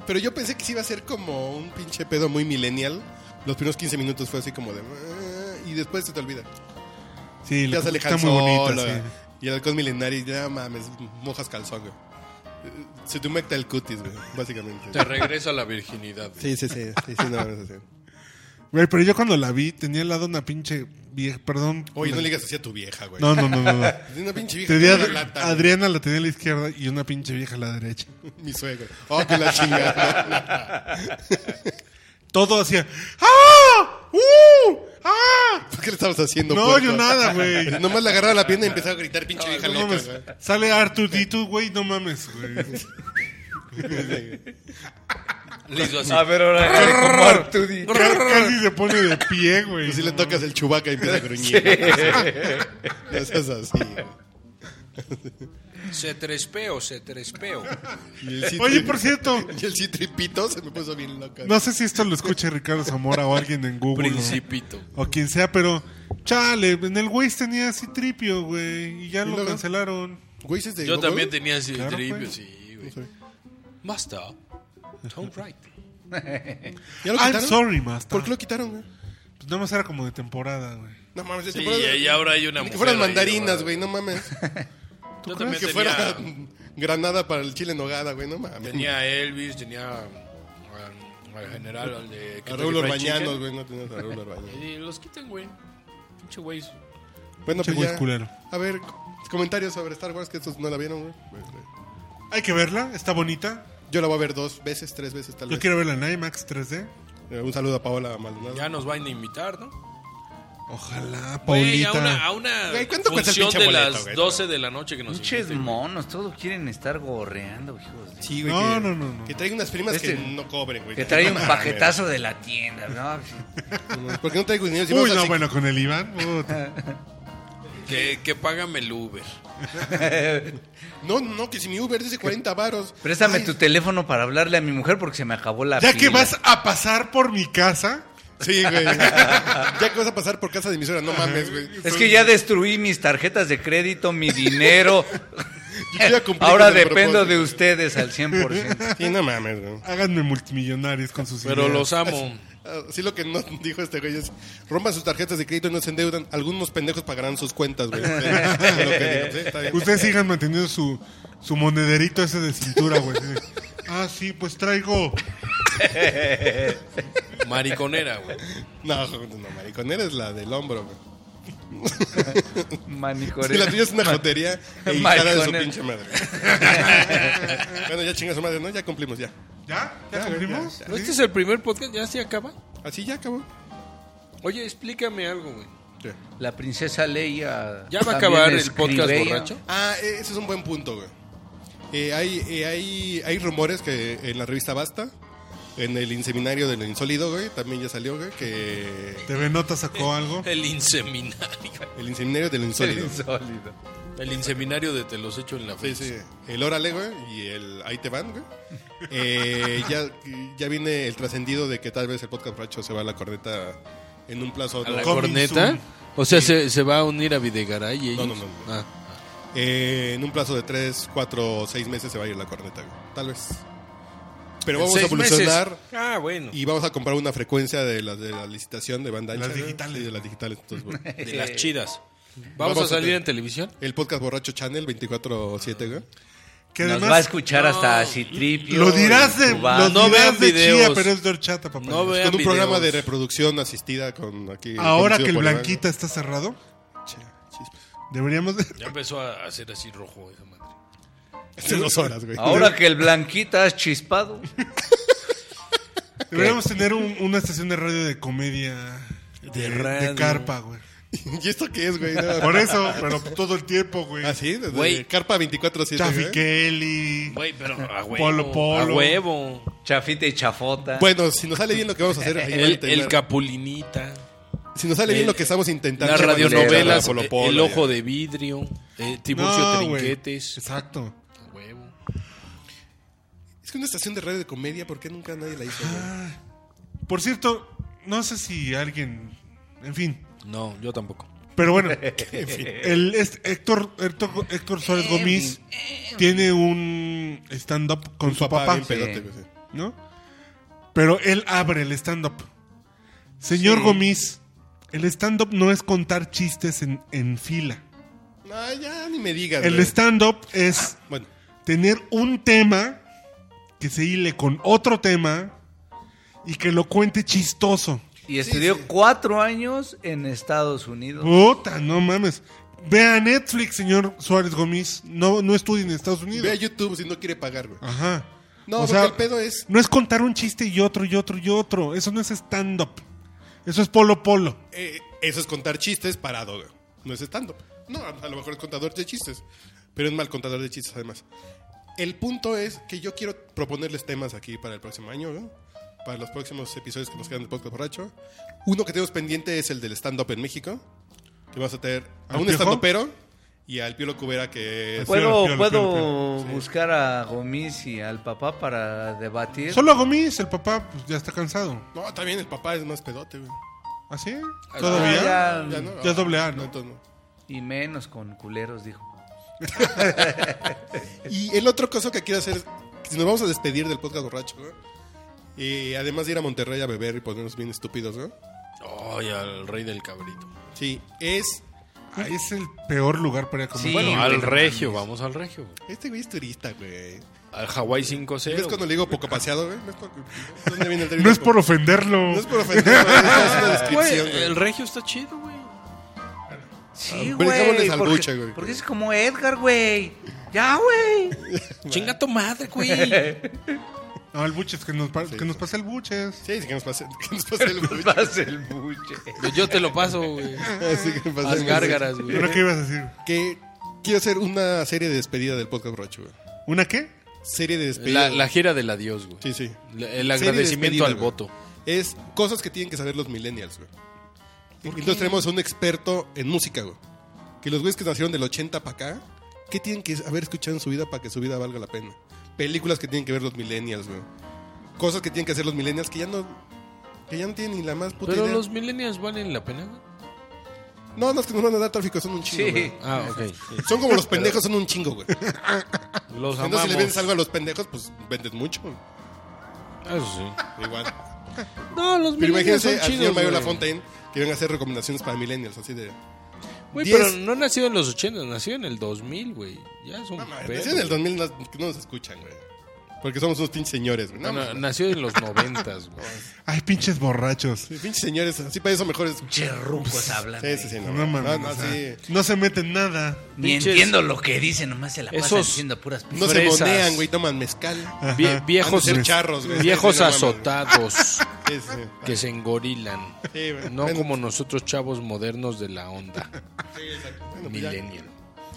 [SPEAKER 1] Pero yo pensé que sí iba a ser como un pinche pedo muy millennial. Los primeros 15 minutos fue así como de... "Ah", Y después se te olvida.
[SPEAKER 3] Sí,
[SPEAKER 1] Ya
[SPEAKER 3] la
[SPEAKER 1] sale
[SPEAKER 3] está
[SPEAKER 1] Han
[SPEAKER 3] muy bonita,
[SPEAKER 1] Solo,
[SPEAKER 3] sí.
[SPEAKER 1] Y el alcohol milenario, y ya mames, mojas calzón, güey. Eh, Se te humecta el cutis, güey, básicamente.
[SPEAKER 2] Te regresa la virginidad. güey.
[SPEAKER 1] Sí, sí, sí, sí, sí, no, no, sí.
[SPEAKER 3] Güey, pero yo cuando la vi tenía al lado una pinche vieja, perdón.
[SPEAKER 1] Oye, no
[SPEAKER 3] una-
[SPEAKER 1] le digas así a tu vieja, güey.
[SPEAKER 3] No, no, no, no.
[SPEAKER 1] [LAUGHS]
[SPEAKER 3] no.
[SPEAKER 1] Es una pinche vieja.
[SPEAKER 3] Tenía
[SPEAKER 1] que
[SPEAKER 3] a-
[SPEAKER 1] una lata, güey.
[SPEAKER 3] Adriana la tenía a la izquierda y una pinche vieja a la derecha.
[SPEAKER 1] Mi suegro. Oh, que la chingada.
[SPEAKER 3] Todo hacía ¡Ah! ¡Uh! ¡Ah!
[SPEAKER 1] ¿Por qué le estabas haciendo,
[SPEAKER 3] No,
[SPEAKER 1] puerco?
[SPEAKER 3] yo nada,
[SPEAKER 1] [LAUGHS]
[SPEAKER 3] güey.
[SPEAKER 1] Nomás le agarraba la pierna y empezaba a gritar, pinche vieja
[SPEAKER 3] No
[SPEAKER 1] loca,
[SPEAKER 3] mames.
[SPEAKER 1] güey.
[SPEAKER 3] Sale Arthur Dito, güey, no mames,
[SPEAKER 1] [LAUGHS]
[SPEAKER 3] güey. [LAUGHS]
[SPEAKER 2] Le hizo así.
[SPEAKER 5] A ver, ahora tú di.
[SPEAKER 3] Ca- Casi se pone de pie, güey.
[SPEAKER 1] Y si Pues le tocas el chubaca y empieza a gruñir. No seas así, güey.
[SPEAKER 2] Se trespeo, se trespeo.
[SPEAKER 1] Y el citri- [LAUGHS]
[SPEAKER 3] Oye, por cierto,
[SPEAKER 1] Y el citripito se me puso bien loca.
[SPEAKER 3] no sé si esto lo escucha Ricardo Zamora o alguien en Google. o-
[SPEAKER 2] Principito.
[SPEAKER 3] O quien sea, pero chale, en el Waze tenía así tripio, güey, y ya
[SPEAKER 1] luego?
[SPEAKER 3] lo cancelaron.
[SPEAKER 1] Güey, ¿ese es de
[SPEAKER 2] Yo
[SPEAKER 1] Google?
[SPEAKER 2] también tenía ese
[SPEAKER 3] Claro,
[SPEAKER 2] tripio,
[SPEAKER 1] pues.
[SPEAKER 3] güey.
[SPEAKER 2] sí, güey. Basta.
[SPEAKER 1] [LAUGHS]
[SPEAKER 2] Tom Wright.
[SPEAKER 1] ¿Ya lo
[SPEAKER 3] I'm
[SPEAKER 1] quitaron?
[SPEAKER 3] sorry, Master.
[SPEAKER 1] ¿Por qué lo quitaron, güey?
[SPEAKER 3] Pues nada más era como de temporada, güey.
[SPEAKER 1] No mames, de
[SPEAKER 2] Sí,
[SPEAKER 1] temporada-
[SPEAKER 2] y ahora hay una
[SPEAKER 1] Ni que
[SPEAKER 2] mujer
[SPEAKER 1] fueran
[SPEAKER 2] ahí,
[SPEAKER 1] mandarinas,
[SPEAKER 2] ¿no?
[SPEAKER 1] güey, no mames.
[SPEAKER 2] Yo también
[SPEAKER 1] que
[SPEAKER 2] tenía,
[SPEAKER 1] fuera [LAUGHS] granada para el chile en nogada, güey, no mames.
[SPEAKER 2] [LAUGHS] tenía a Elvis, tenía um, al general, al de...
[SPEAKER 1] A Raúl
[SPEAKER 2] Kentucky Fried
[SPEAKER 1] Orbañanos,
[SPEAKER 2] Chicken.
[SPEAKER 1] güey, no tenías a Raúl Orbañanos.
[SPEAKER 2] Y los quitan, güey. Pinche güey.
[SPEAKER 1] Bueno,
[SPEAKER 3] Che,
[SPEAKER 1] pues
[SPEAKER 3] güey,
[SPEAKER 1] ya.
[SPEAKER 3] culero.
[SPEAKER 1] A ver, comentarios sobre Star Wars que estos no la vieron, güey.
[SPEAKER 3] Hay que verla, está bonita.
[SPEAKER 1] Yo la voy a ver dos veces, tres veces tal
[SPEAKER 3] Yo
[SPEAKER 1] vez.
[SPEAKER 3] quiero verla en IMAX 3D.
[SPEAKER 1] Eh, un saludo a Paola Maldonado.
[SPEAKER 2] Ya nos van a invitar, ¿no?
[SPEAKER 3] Ojalá,
[SPEAKER 2] Güey,
[SPEAKER 3] Paulita.
[SPEAKER 2] a una, a una
[SPEAKER 1] Güey, ¿cuánto cuesta el
[SPEAKER 2] función
[SPEAKER 1] pinche
[SPEAKER 2] de
[SPEAKER 1] boleto,
[SPEAKER 2] las
[SPEAKER 1] güey?
[SPEAKER 2] 12 de la noche que nos
[SPEAKER 5] Pinches
[SPEAKER 2] inviten.
[SPEAKER 5] monos, todos quieren estar gorreando, hijos de-
[SPEAKER 1] Sí, güey.
[SPEAKER 3] No,
[SPEAKER 1] que,
[SPEAKER 3] no, no, no.
[SPEAKER 1] Que traiga unas primas
[SPEAKER 5] Este-
[SPEAKER 1] que no cobren, güey.
[SPEAKER 5] Que trae un
[SPEAKER 1] [LAUGHS] No mames.
[SPEAKER 5] paquetazo de la tienda, ¿no?
[SPEAKER 1] ¿Por qué no traigo dinero? Si
[SPEAKER 3] Uy,
[SPEAKER 1] vamos a
[SPEAKER 3] no,
[SPEAKER 1] Cic-
[SPEAKER 3] bueno, con el
[SPEAKER 2] [LAUGHS]
[SPEAKER 3] Iván. puta.
[SPEAKER 2] Que, que págame el Uber.
[SPEAKER 1] No, no, que si mi Uber dice 40 varos.
[SPEAKER 5] Préstame
[SPEAKER 1] Ay,
[SPEAKER 5] tu teléfono para hablarle a mi mujer porque se me acabó la
[SPEAKER 3] ya que
[SPEAKER 5] pila.
[SPEAKER 3] vas a pasar por mi casa,
[SPEAKER 1] Sí, güey. ya que vas a pasar por casa de mi suegra, no mames, güey.
[SPEAKER 5] Es que ya destruí mis tarjetas de crédito, mi
[SPEAKER 3] [LAUGHS]
[SPEAKER 5] dinero.
[SPEAKER 1] Yo ya cumplí con
[SPEAKER 5] Ahora
[SPEAKER 1] el
[SPEAKER 5] dependo de
[SPEAKER 1] propósito.
[SPEAKER 5] ustedes al
[SPEAKER 3] [LAUGHS]
[SPEAKER 5] 100%.
[SPEAKER 1] Sí, no mames, güey.
[SPEAKER 3] háganme multimillonarios con sus
[SPEAKER 2] Pero
[SPEAKER 3] ideas.
[SPEAKER 1] [LAUGHS]
[SPEAKER 2] los amo.
[SPEAKER 1] Ah, Sí, lo que no dijo este güey es: rompan sus tarjetas de crédito y no se endeudan. Algunos pendejos pagarán sus cuentas, güey. Es lo que dijo. Sí, está bien.
[SPEAKER 3] Ustedes sigan manteniendo su, su monederito ese de cintura, güey. Sí. Ah, sí, pues traigo.
[SPEAKER 2] Mariconera, güey.
[SPEAKER 1] No, no, maricón, eres la del hombro, güey.
[SPEAKER 5] Manicoreo.
[SPEAKER 1] Si la tuya es una jotería y cara de su
[SPEAKER 5] Maricones.
[SPEAKER 1] pinche
[SPEAKER 5] [LAUGHS]
[SPEAKER 1] madre. bueno, ya chinga su madre, ¿no? Ya cumplimos, ya.
[SPEAKER 3] ¿Ya? ¿Ya
[SPEAKER 1] Ya,
[SPEAKER 3] cumplimos?
[SPEAKER 1] ya,
[SPEAKER 2] ¿No
[SPEAKER 3] ¿Sí?
[SPEAKER 2] este es el primer podcast? ¿Ya se acaba?
[SPEAKER 1] Así ya acabó.
[SPEAKER 2] Oye, explícame algo, güey.
[SPEAKER 5] La princesa Leia.
[SPEAKER 2] ¿Ya va a
[SPEAKER 5] también
[SPEAKER 2] acabar el
[SPEAKER 5] escribe
[SPEAKER 2] podcast
[SPEAKER 5] ella. [LAUGHS]
[SPEAKER 2] borracho?
[SPEAKER 1] Ah, eh, ese es un buen punto, güey. Eh, hay, eh, hay, hay rumores que en la revista Basta, en el inseminario del insólido, güey, también ya salió, güey, que
[SPEAKER 3] ¿TV Nota sacó algo?
[SPEAKER 2] El inseminario.
[SPEAKER 1] el inseminario del
[SPEAKER 4] [LAUGHS]
[SPEAKER 1] insólido.
[SPEAKER 5] Sólido.
[SPEAKER 2] El inseminario de te los echo en la
[SPEAKER 1] Sí,
[SPEAKER 2] face.
[SPEAKER 1] sí. El Órale, güey, y el Ahí te van, güey. Eh, ya, ya viene el trascendido de que tal vez el podcast borracho se va a la corneta en un plazo.
[SPEAKER 2] ¿A la
[SPEAKER 1] no-
[SPEAKER 2] corneta?
[SPEAKER 3] soon.
[SPEAKER 2] O sea, se, se va a unir a Videgaray y
[SPEAKER 1] No,
[SPEAKER 2] ellos?
[SPEAKER 1] no, no, no.
[SPEAKER 2] Ah.
[SPEAKER 1] Eh, en un plazo de 3, 4 o 6 meses se va a ir la corneta, güey. Tal vez. Pero
[SPEAKER 2] En
[SPEAKER 1] vamos a
[SPEAKER 2] seis meses.
[SPEAKER 1] evolucionar
[SPEAKER 2] Ah, bueno.
[SPEAKER 1] [LAUGHS] y vamos a comprar una frecuencia de la, de la licitación de banda
[SPEAKER 3] Las
[SPEAKER 1] ancha, ¿no?
[SPEAKER 3] digitales.
[SPEAKER 1] Sí, de las digitales. Entonces, bueno.
[SPEAKER 2] [LAUGHS] De las chidas. ¿Vamos,
[SPEAKER 1] Vamos
[SPEAKER 2] a
[SPEAKER 1] a
[SPEAKER 2] salir
[SPEAKER 1] tener-
[SPEAKER 2] en televisión?
[SPEAKER 1] El podcast Borracho Channel 24-7, güey.
[SPEAKER 3] Que
[SPEAKER 5] Nos va a
[SPEAKER 3] además
[SPEAKER 5] escuchar hasta Citripio.
[SPEAKER 3] lo dirás de, lo
[SPEAKER 2] No vean
[SPEAKER 3] dirás de chía,
[SPEAKER 2] videos.
[SPEAKER 3] pero es de horchata, papá.
[SPEAKER 2] No vean
[SPEAKER 1] Con un programa
[SPEAKER 2] videos.
[SPEAKER 1] de reproducción asistida con aquí.
[SPEAKER 3] Ahora
[SPEAKER 1] conducido
[SPEAKER 3] que el
[SPEAKER 1] por Iván,
[SPEAKER 3] Blanquita está cerrado,
[SPEAKER 1] ¿no? Che, chispas.
[SPEAKER 3] deberíamos de...
[SPEAKER 2] Ya empezó a hacer así rojo esa madre.
[SPEAKER 1] Hace dos horas, güey.
[SPEAKER 4] Ahora que el Blanquita has chispado.
[SPEAKER 3] Deberíamos tener un- una estación de radio de comedia.
[SPEAKER 2] De
[SPEAKER 3] De,
[SPEAKER 2] radio.
[SPEAKER 3] de carpa, güey.
[SPEAKER 1] [LAUGHS] ¿Y esto qué es, güey? No.
[SPEAKER 3] Por eso, pero todo el tiempo, güey.
[SPEAKER 1] Ah, sí, desde
[SPEAKER 2] Güey.
[SPEAKER 1] Carpa 24-7.
[SPEAKER 3] Chaffy
[SPEAKER 1] güey.
[SPEAKER 3] Kelly.
[SPEAKER 2] Güey, pero a huevo.
[SPEAKER 3] Polo, polo.
[SPEAKER 2] A huevo.
[SPEAKER 4] Chafita y chafota.
[SPEAKER 3] Pues,
[SPEAKER 1] Bueno, si nos sale bien lo que vamos a hacer, ahí van a
[SPEAKER 2] El,
[SPEAKER 1] tener-
[SPEAKER 2] el Capulinita.
[SPEAKER 1] si nos sale bien
[SPEAKER 2] el-
[SPEAKER 1] lo que estamos intentando,
[SPEAKER 2] Las
[SPEAKER 1] Chema Rivera,
[SPEAKER 2] radionovelas.
[SPEAKER 1] Polo
[SPEAKER 2] eh,
[SPEAKER 1] Polo,
[SPEAKER 2] el
[SPEAKER 1] ya.
[SPEAKER 2] ojo de vidrio. eh, Tiburcio
[SPEAKER 3] No, güey.
[SPEAKER 2] Trinquetes.
[SPEAKER 3] Exacto.
[SPEAKER 2] A huevo.
[SPEAKER 1] Es que una estación de radio de comedia, ¿por qué nunca nadie la hizo? güey?
[SPEAKER 3] Por cierto, no sé si alguien. En fin.
[SPEAKER 2] No, yo tampoco.
[SPEAKER 3] Pero bueno, el, este, Héctor, Héctor, Héctor Suárez Gómez tiene un stand-up con su papá,
[SPEAKER 1] bien pedote, güey, sí.
[SPEAKER 3] ¿no? Pero él abre el stand-up. Señor Gómez, el stand-up no es contar chistes en, en fila.
[SPEAKER 1] No, ya ni me digas.
[SPEAKER 3] El
[SPEAKER 1] güey.
[SPEAKER 3] stand-up es
[SPEAKER 1] Bueno,
[SPEAKER 3] tener un tema que se hile con otro tema y que lo cuente chistoso.
[SPEAKER 5] Y estudió cuatro años en Estados Unidos.
[SPEAKER 3] Puta, no mames. Vea Netflix, señor Suárez Gómez. No, no estudien en
[SPEAKER 1] ve
[SPEAKER 3] Estados
[SPEAKER 1] a
[SPEAKER 3] Unidos.
[SPEAKER 1] YouTube si no quiere pagar, güey.
[SPEAKER 3] Ajá.
[SPEAKER 1] No,
[SPEAKER 3] O
[SPEAKER 1] porque
[SPEAKER 3] sea,
[SPEAKER 1] el pedo es.
[SPEAKER 3] No es contar un chiste y otro y otro y otro. Eso no es stand-up. Eso es polo polo.
[SPEAKER 1] eh, eso es contar chistes parado, güey. No es stand-up. No, a lo mejor es contador de chistes. Pero es mal contador de chistes, además. El punto es que yo quiero proponerles temas aquí para el próximo año, güey. Para los próximos episodios que nos quedan de Podcast Borracho. Uno que tenemos pendiente es el del stand-up en México. Que vamos a tener a
[SPEAKER 3] ¿Al
[SPEAKER 1] un
[SPEAKER 3] Piojo? Pues-
[SPEAKER 1] stand-upero y al Piolo Cubera que es...
[SPEAKER 5] ¿Puedo,
[SPEAKER 3] Piola, piola,
[SPEAKER 5] puedo
[SPEAKER 3] piola,
[SPEAKER 5] buscar a Gomis y al papá para debatir?
[SPEAKER 3] Solo a Gómez, el papá, pues ya está cansado.
[SPEAKER 1] No, también el papá es más pedote, güey.
[SPEAKER 3] ¿Así?
[SPEAKER 2] Ah,
[SPEAKER 3] ¿Todavía?
[SPEAKER 5] Ah, ya,
[SPEAKER 1] Ya, no,
[SPEAKER 3] Ya es doble A, ¿no?
[SPEAKER 1] entonces no.
[SPEAKER 5] Y menos con culeros, dijo.
[SPEAKER 1] Y el otro caso que quiero hacer es, si nos vamos a despedir del podcast borracho, ¿no? Y además de ir a Monterrey a beber y ponernos bien estúpidos, ¿no?
[SPEAKER 2] Ay, al rey del cabrito.
[SPEAKER 1] Sí, es...
[SPEAKER 3] Ah, es el peor lugar para ir a comer.
[SPEAKER 5] Sí,
[SPEAKER 3] Bueno,
[SPEAKER 5] güey,
[SPEAKER 2] al
[SPEAKER 5] no
[SPEAKER 2] regio, vamos al regio. güey.
[SPEAKER 1] Este güey es turista, güey.
[SPEAKER 2] Al Hawái
[SPEAKER 1] ¿Ves cuando
[SPEAKER 2] 5-0.
[SPEAKER 1] le digo poco paseado, güey? ¿Ves por- ¿Dónde viene el término?
[SPEAKER 3] no es por ofenderlo.
[SPEAKER 1] No es por ofender, güey, es
[SPEAKER 2] [LAUGHS]
[SPEAKER 1] una
[SPEAKER 2] Ah, Güey,
[SPEAKER 1] descripción,
[SPEAKER 2] el
[SPEAKER 1] güey.
[SPEAKER 2] regio está chido, güey.
[SPEAKER 5] Sí,
[SPEAKER 1] Ah, brincámosles
[SPEAKER 5] güey.
[SPEAKER 1] al
[SPEAKER 5] porque-
[SPEAKER 1] buche, güey.
[SPEAKER 5] Porque es como Edgar, güey. Ya, güey. [LAUGHS]
[SPEAKER 2] Chinga tu madre, güey.
[SPEAKER 3] No, el buches, que nos, pa- que nos pase el buches.
[SPEAKER 1] Sí, sí, que nos pase, que nos pase el [LAUGHS]
[SPEAKER 2] [LAUGHS]
[SPEAKER 1] güey.
[SPEAKER 5] Pasa el buche.
[SPEAKER 2] Yo te lo paso,
[SPEAKER 1] [LAUGHS]
[SPEAKER 2] güey.
[SPEAKER 1] Así que pase
[SPEAKER 2] Haz
[SPEAKER 1] el-
[SPEAKER 2] gárgaras, güey.
[SPEAKER 3] ¿Una qué ibas a decir?
[SPEAKER 1] Que quiero hacer una serie de despedida del podcast borracho, güey.
[SPEAKER 3] ¿Una qué?
[SPEAKER 1] Serie de despedida.
[SPEAKER 2] La, la gira del adiós, güey.
[SPEAKER 1] Sí, sí.
[SPEAKER 2] La- El
[SPEAKER 1] Serie
[SPEAKER 2] agradecimiento
[SPEAKER 1] despedida,
[SPEAKER 2] al
[SPEAKER 1] güey.
[SPEAKER 2] voto.
[SPEAKER 1] es cosas que tienen que saber los millennials, güey. Entonces tenemos a un experto en música, güey. Que los güeyes que nacieron del 80 para acá, ¿qué tienen que haber escuchado en su vida para que su vida valga la pena? Películas que tienen que ver los millennials, güey. Cosas que tienen que hacer los millennials que ya no que ya no tienen ni la más puta
[SPEAKER 2] Pero
[SPEAKER 1] idea.
[SPEAKER 2] los millennials valen la pena, güey.
[SPEAKER 1] No, no es que nos van a dar tráfico, son un chingo,
[SPEAKER 5] Sí.
[SPEAKER 1] güey.
[SPEAKER 2] Ah, ok.
[SPEAKER 1] Son
[SPEAKER 2] [LAUGHS]
[SPEAKER 1] como los pendejos, son un chingo, güey.
[SPEAKER 2] Los
[SPEAKER 1] Entonces, si le vendes algo
[SPEAKER 2] amamos.
[SPEAKER 1] a los pendejos, pues vendes mucho. güey.
[SPEAKER 2] Ah, eso sí. [LAUGHS]
[SPEAKER 1] Igual.
[SPEAKER 2] No, los
[SPEAKER 1] Pero
[SPEAKER 2] millennials
[SPEAKER 1] imagínense
[SPEAKER 2] son
[SPEAKER 1] al señor
[SPEAKER 2] chidos,
[SPEAKER 1] Mario
[SPEAKER 2] güey.
[SPEAKER 1] Lafontaine que venga a hacer recomendaciones para millennials, así de...
[SPEAKER 2] Güey,
[SPEAKER 1] Diez-
[SPEAKER 2] pero no nació en los 80, nació en el 2000, güey. Ya son
[SPEAKER 1] No, mames,
[SPEAKER 2] pedos.
[SPEAKER 1] en el 2000 no, no nos escuchan, güey. Porque somos unos pinches señores, güey. No,
[SPEAKER 2] Bueno,
[SPEAKER 1] mames.
[SPEAKER 2] nació en los noventas, güey.
[SPEAKER 3] Ay, pinches borrachos.
[SPEAKER 1] Sí, pinches señores, así para eso mejores.
[SPEAKER 5] Cherrucos
[SPEAKER 2] Ah,
[SPEAKER 5] hablan.
[SPEAKER 1] Sí,
[SPEAKER 5] ahí.
[SPEAKER 1] sí, sí, no,
[SPEAKER 3] No mames.
[SPEAKER 1] no,
[SPEAKER 3] o
[SPEAKER 1] no,
[SPEAKER 3] sea,
[SPEAKER 1] sí.
[SPEAKER 3] No se meten nada.
[SPEAKER 5] Ni
[SPEAKER 2] Pinches-
[SPEAKER 5] entiendo lo que dicen, nomás se la pasan
[SPEAKER 2] Esos-
[SPEAKER 5] diciendo puras p-
[SPEAKER 1] No se
[SPEAKER 2] Fresas.
[SPEAKER 1] monean, güey, toman mezcal.
[SPEAKER 2] Vie-
[SPEAKER 3] Ajá.
[SPEAKER 1] Han de
[SPEAKER 2] viejos
[SPEAKER 1] ser charros, güey.
[SPEAKER 2] viejos
[SPEAKER 1] Sí, no mames. [LAUGHS]
[SPEAKER 2] azotados
[SPEAKER 1] Sí, sí.
[SPEAKER 2] que se engorilan.
[SPEAKER 1] Sí, güey.
[SPEAKER 2] No
[SPEAKER 1] Bueno,
[SPEAKER 2] como nosotros chavos modernos de
[SPEAKER 1] [LAUGHS]
[SPEAKER 2] la onda.
[SPEAKER 1] bueno, pues ya.
[SPEAKER 2] Millennial.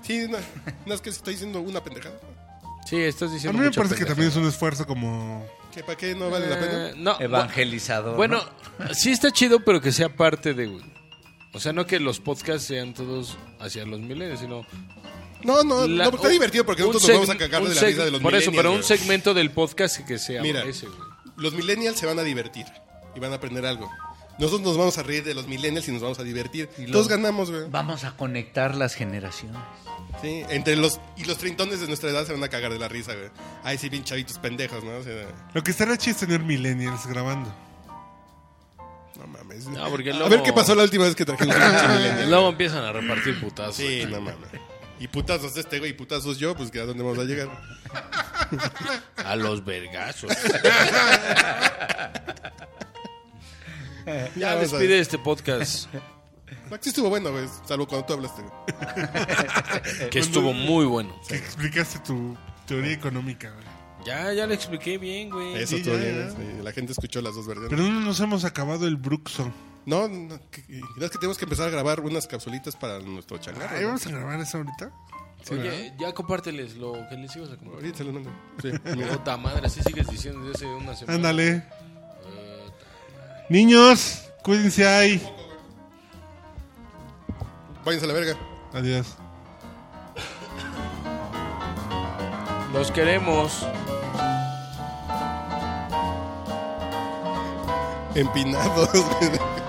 [SPEAKER 1] Sí, no, no es que estoy diciendo una pendejada.
[SPEAKER 2] Sí, estás
[SPEAKER 3] A
[SPEAKER 2] diciendo
[SPEAKER 3] mí me
[SPEAKER 2] mucha
[SPEAKER 3] parece que también
[SPEAKER 2] pendejada.
[SPEAKER 3] es un esfuerzo como...
[SPEAKER 1] ¿Que ¿Para qué no vale la
[SPEAKER 2] Eh,
[SPEAKER 1] pena?
[SPEAKER 2] no,
[SPEAKER 5] evangelizador.
[SPEAKER 2] Bueno,
[SPEAKER 5] ¿no?
[SPEAKER 2] sí está chido, pero que sea parte de... O sea, no que los podcasts sean todos hacia los milenios, sino...
[SPEAKER 1] No, no,
[SPEAKER 2] la-
[SPEAKER 1] no, porque está
[SPEAKER 2] un-
[SPEAKER 1] divertido porque
[SPEAKER 2] un
[SPEAKER 1] nosotros nos vamos a
[SPEAKER 2] seg-
[SPEAKER 1] cagar
[SPEAKER 2] un
[SPEAKER 1] de la
[SPEAKER 2] seg-
[SPEAKER 1] risa de los
[SPEAKER 2] Por eso, pero un
[SPEAKER 1] millennials, güey.
[SPEAKER 2] segmento del podcast que sea
[SPEAKER 1] Mira.
[SPEAKER 2] ese, güey.
[SPEAKER 1] Los millennials se van a divertir y van a aprender algo. Nosotros nos vamos a reír de los millennials y nos vamos a divertir. Todos ganamos, güey.
[SPEAKER 5] Vamos a conectar las generaciones.
[SPEAKER 1] Sí, entre los y los trintones de nuestra edad se van a cagar de la risa, güey. Ay, sí, bien chavitos pendejos, ¿no? O sea,
[SPEAKER 3] Lo que estaría chido es tener millennials grabando.
[SPEAKER 1] no mames.
[SPEAKER 2] No, porque
[SPEAKER 1] A
[SPEAKER 2] luego-
[SPEAKER 1] ver qué pasó la última vez que trajimos un pinche millennial.
[SPEAKER 2] Luego empiezan a repartir putazos.
[SPEAKER 1] Sí, no mames. Y putazos este güey y putazos yo, pues que a dónde vamos a llegar.
[SPEAKER 2] A los vergazos. ya
[SPEAKER 1] vamos a
[SPEAKER 2] despide
[SPEAKER 1] ver.
[SPEAKER 2] este podcast
[SPEAKER 1] Aquí estuvo bueno, güey, salvo cuando tú hablaste. güey.
[SPEAKER 2] que estuvo muy bueno.
[SPEAKER 3] Que explicaste tu teoría económica, güey.
[SPEAKER 2] Ya, ya le expliqué bien, güey.
[SPEAKER 1] Eso
[SPEAKER 3] sí,
[SPEAKER 1] estuvo
[SPEAKER 3] ya,
[SPEAKER 1] bien,
[SPEAKER 3] ya.
[SPEAKER 1] sí, la gente escuchó las dos versiones.
[SPEAKER 3] Pero no nos hemos acabado el Bruxo.
[SPEAKER 1] No, no, que, no, es que tenemos que empezar a grabar unas capsulitas para nuestro changarro.
[SPEAKER 3] Ay, Ah, ¿Vamos a grabar eso ahorita? Sí, ¿verdad?
[SPEAKER 2] Oye, ya compárteles lo que les ibas a compartir.
[SPEAKER 1] Ahorita se lo mando. Sí, mira.
[SPEAKER 2] Puta madre, así sigues diciendo desde hace una semana.
[SPEAKER 3] Ándale. Niños, cuídense ahí.
[SPEAKER 1] Váyanse a la verga.
[SPEAKER 3] Adiós.
[SPEAKER 2] Los queremos.
[SPEAKER 1] Empinados. güey.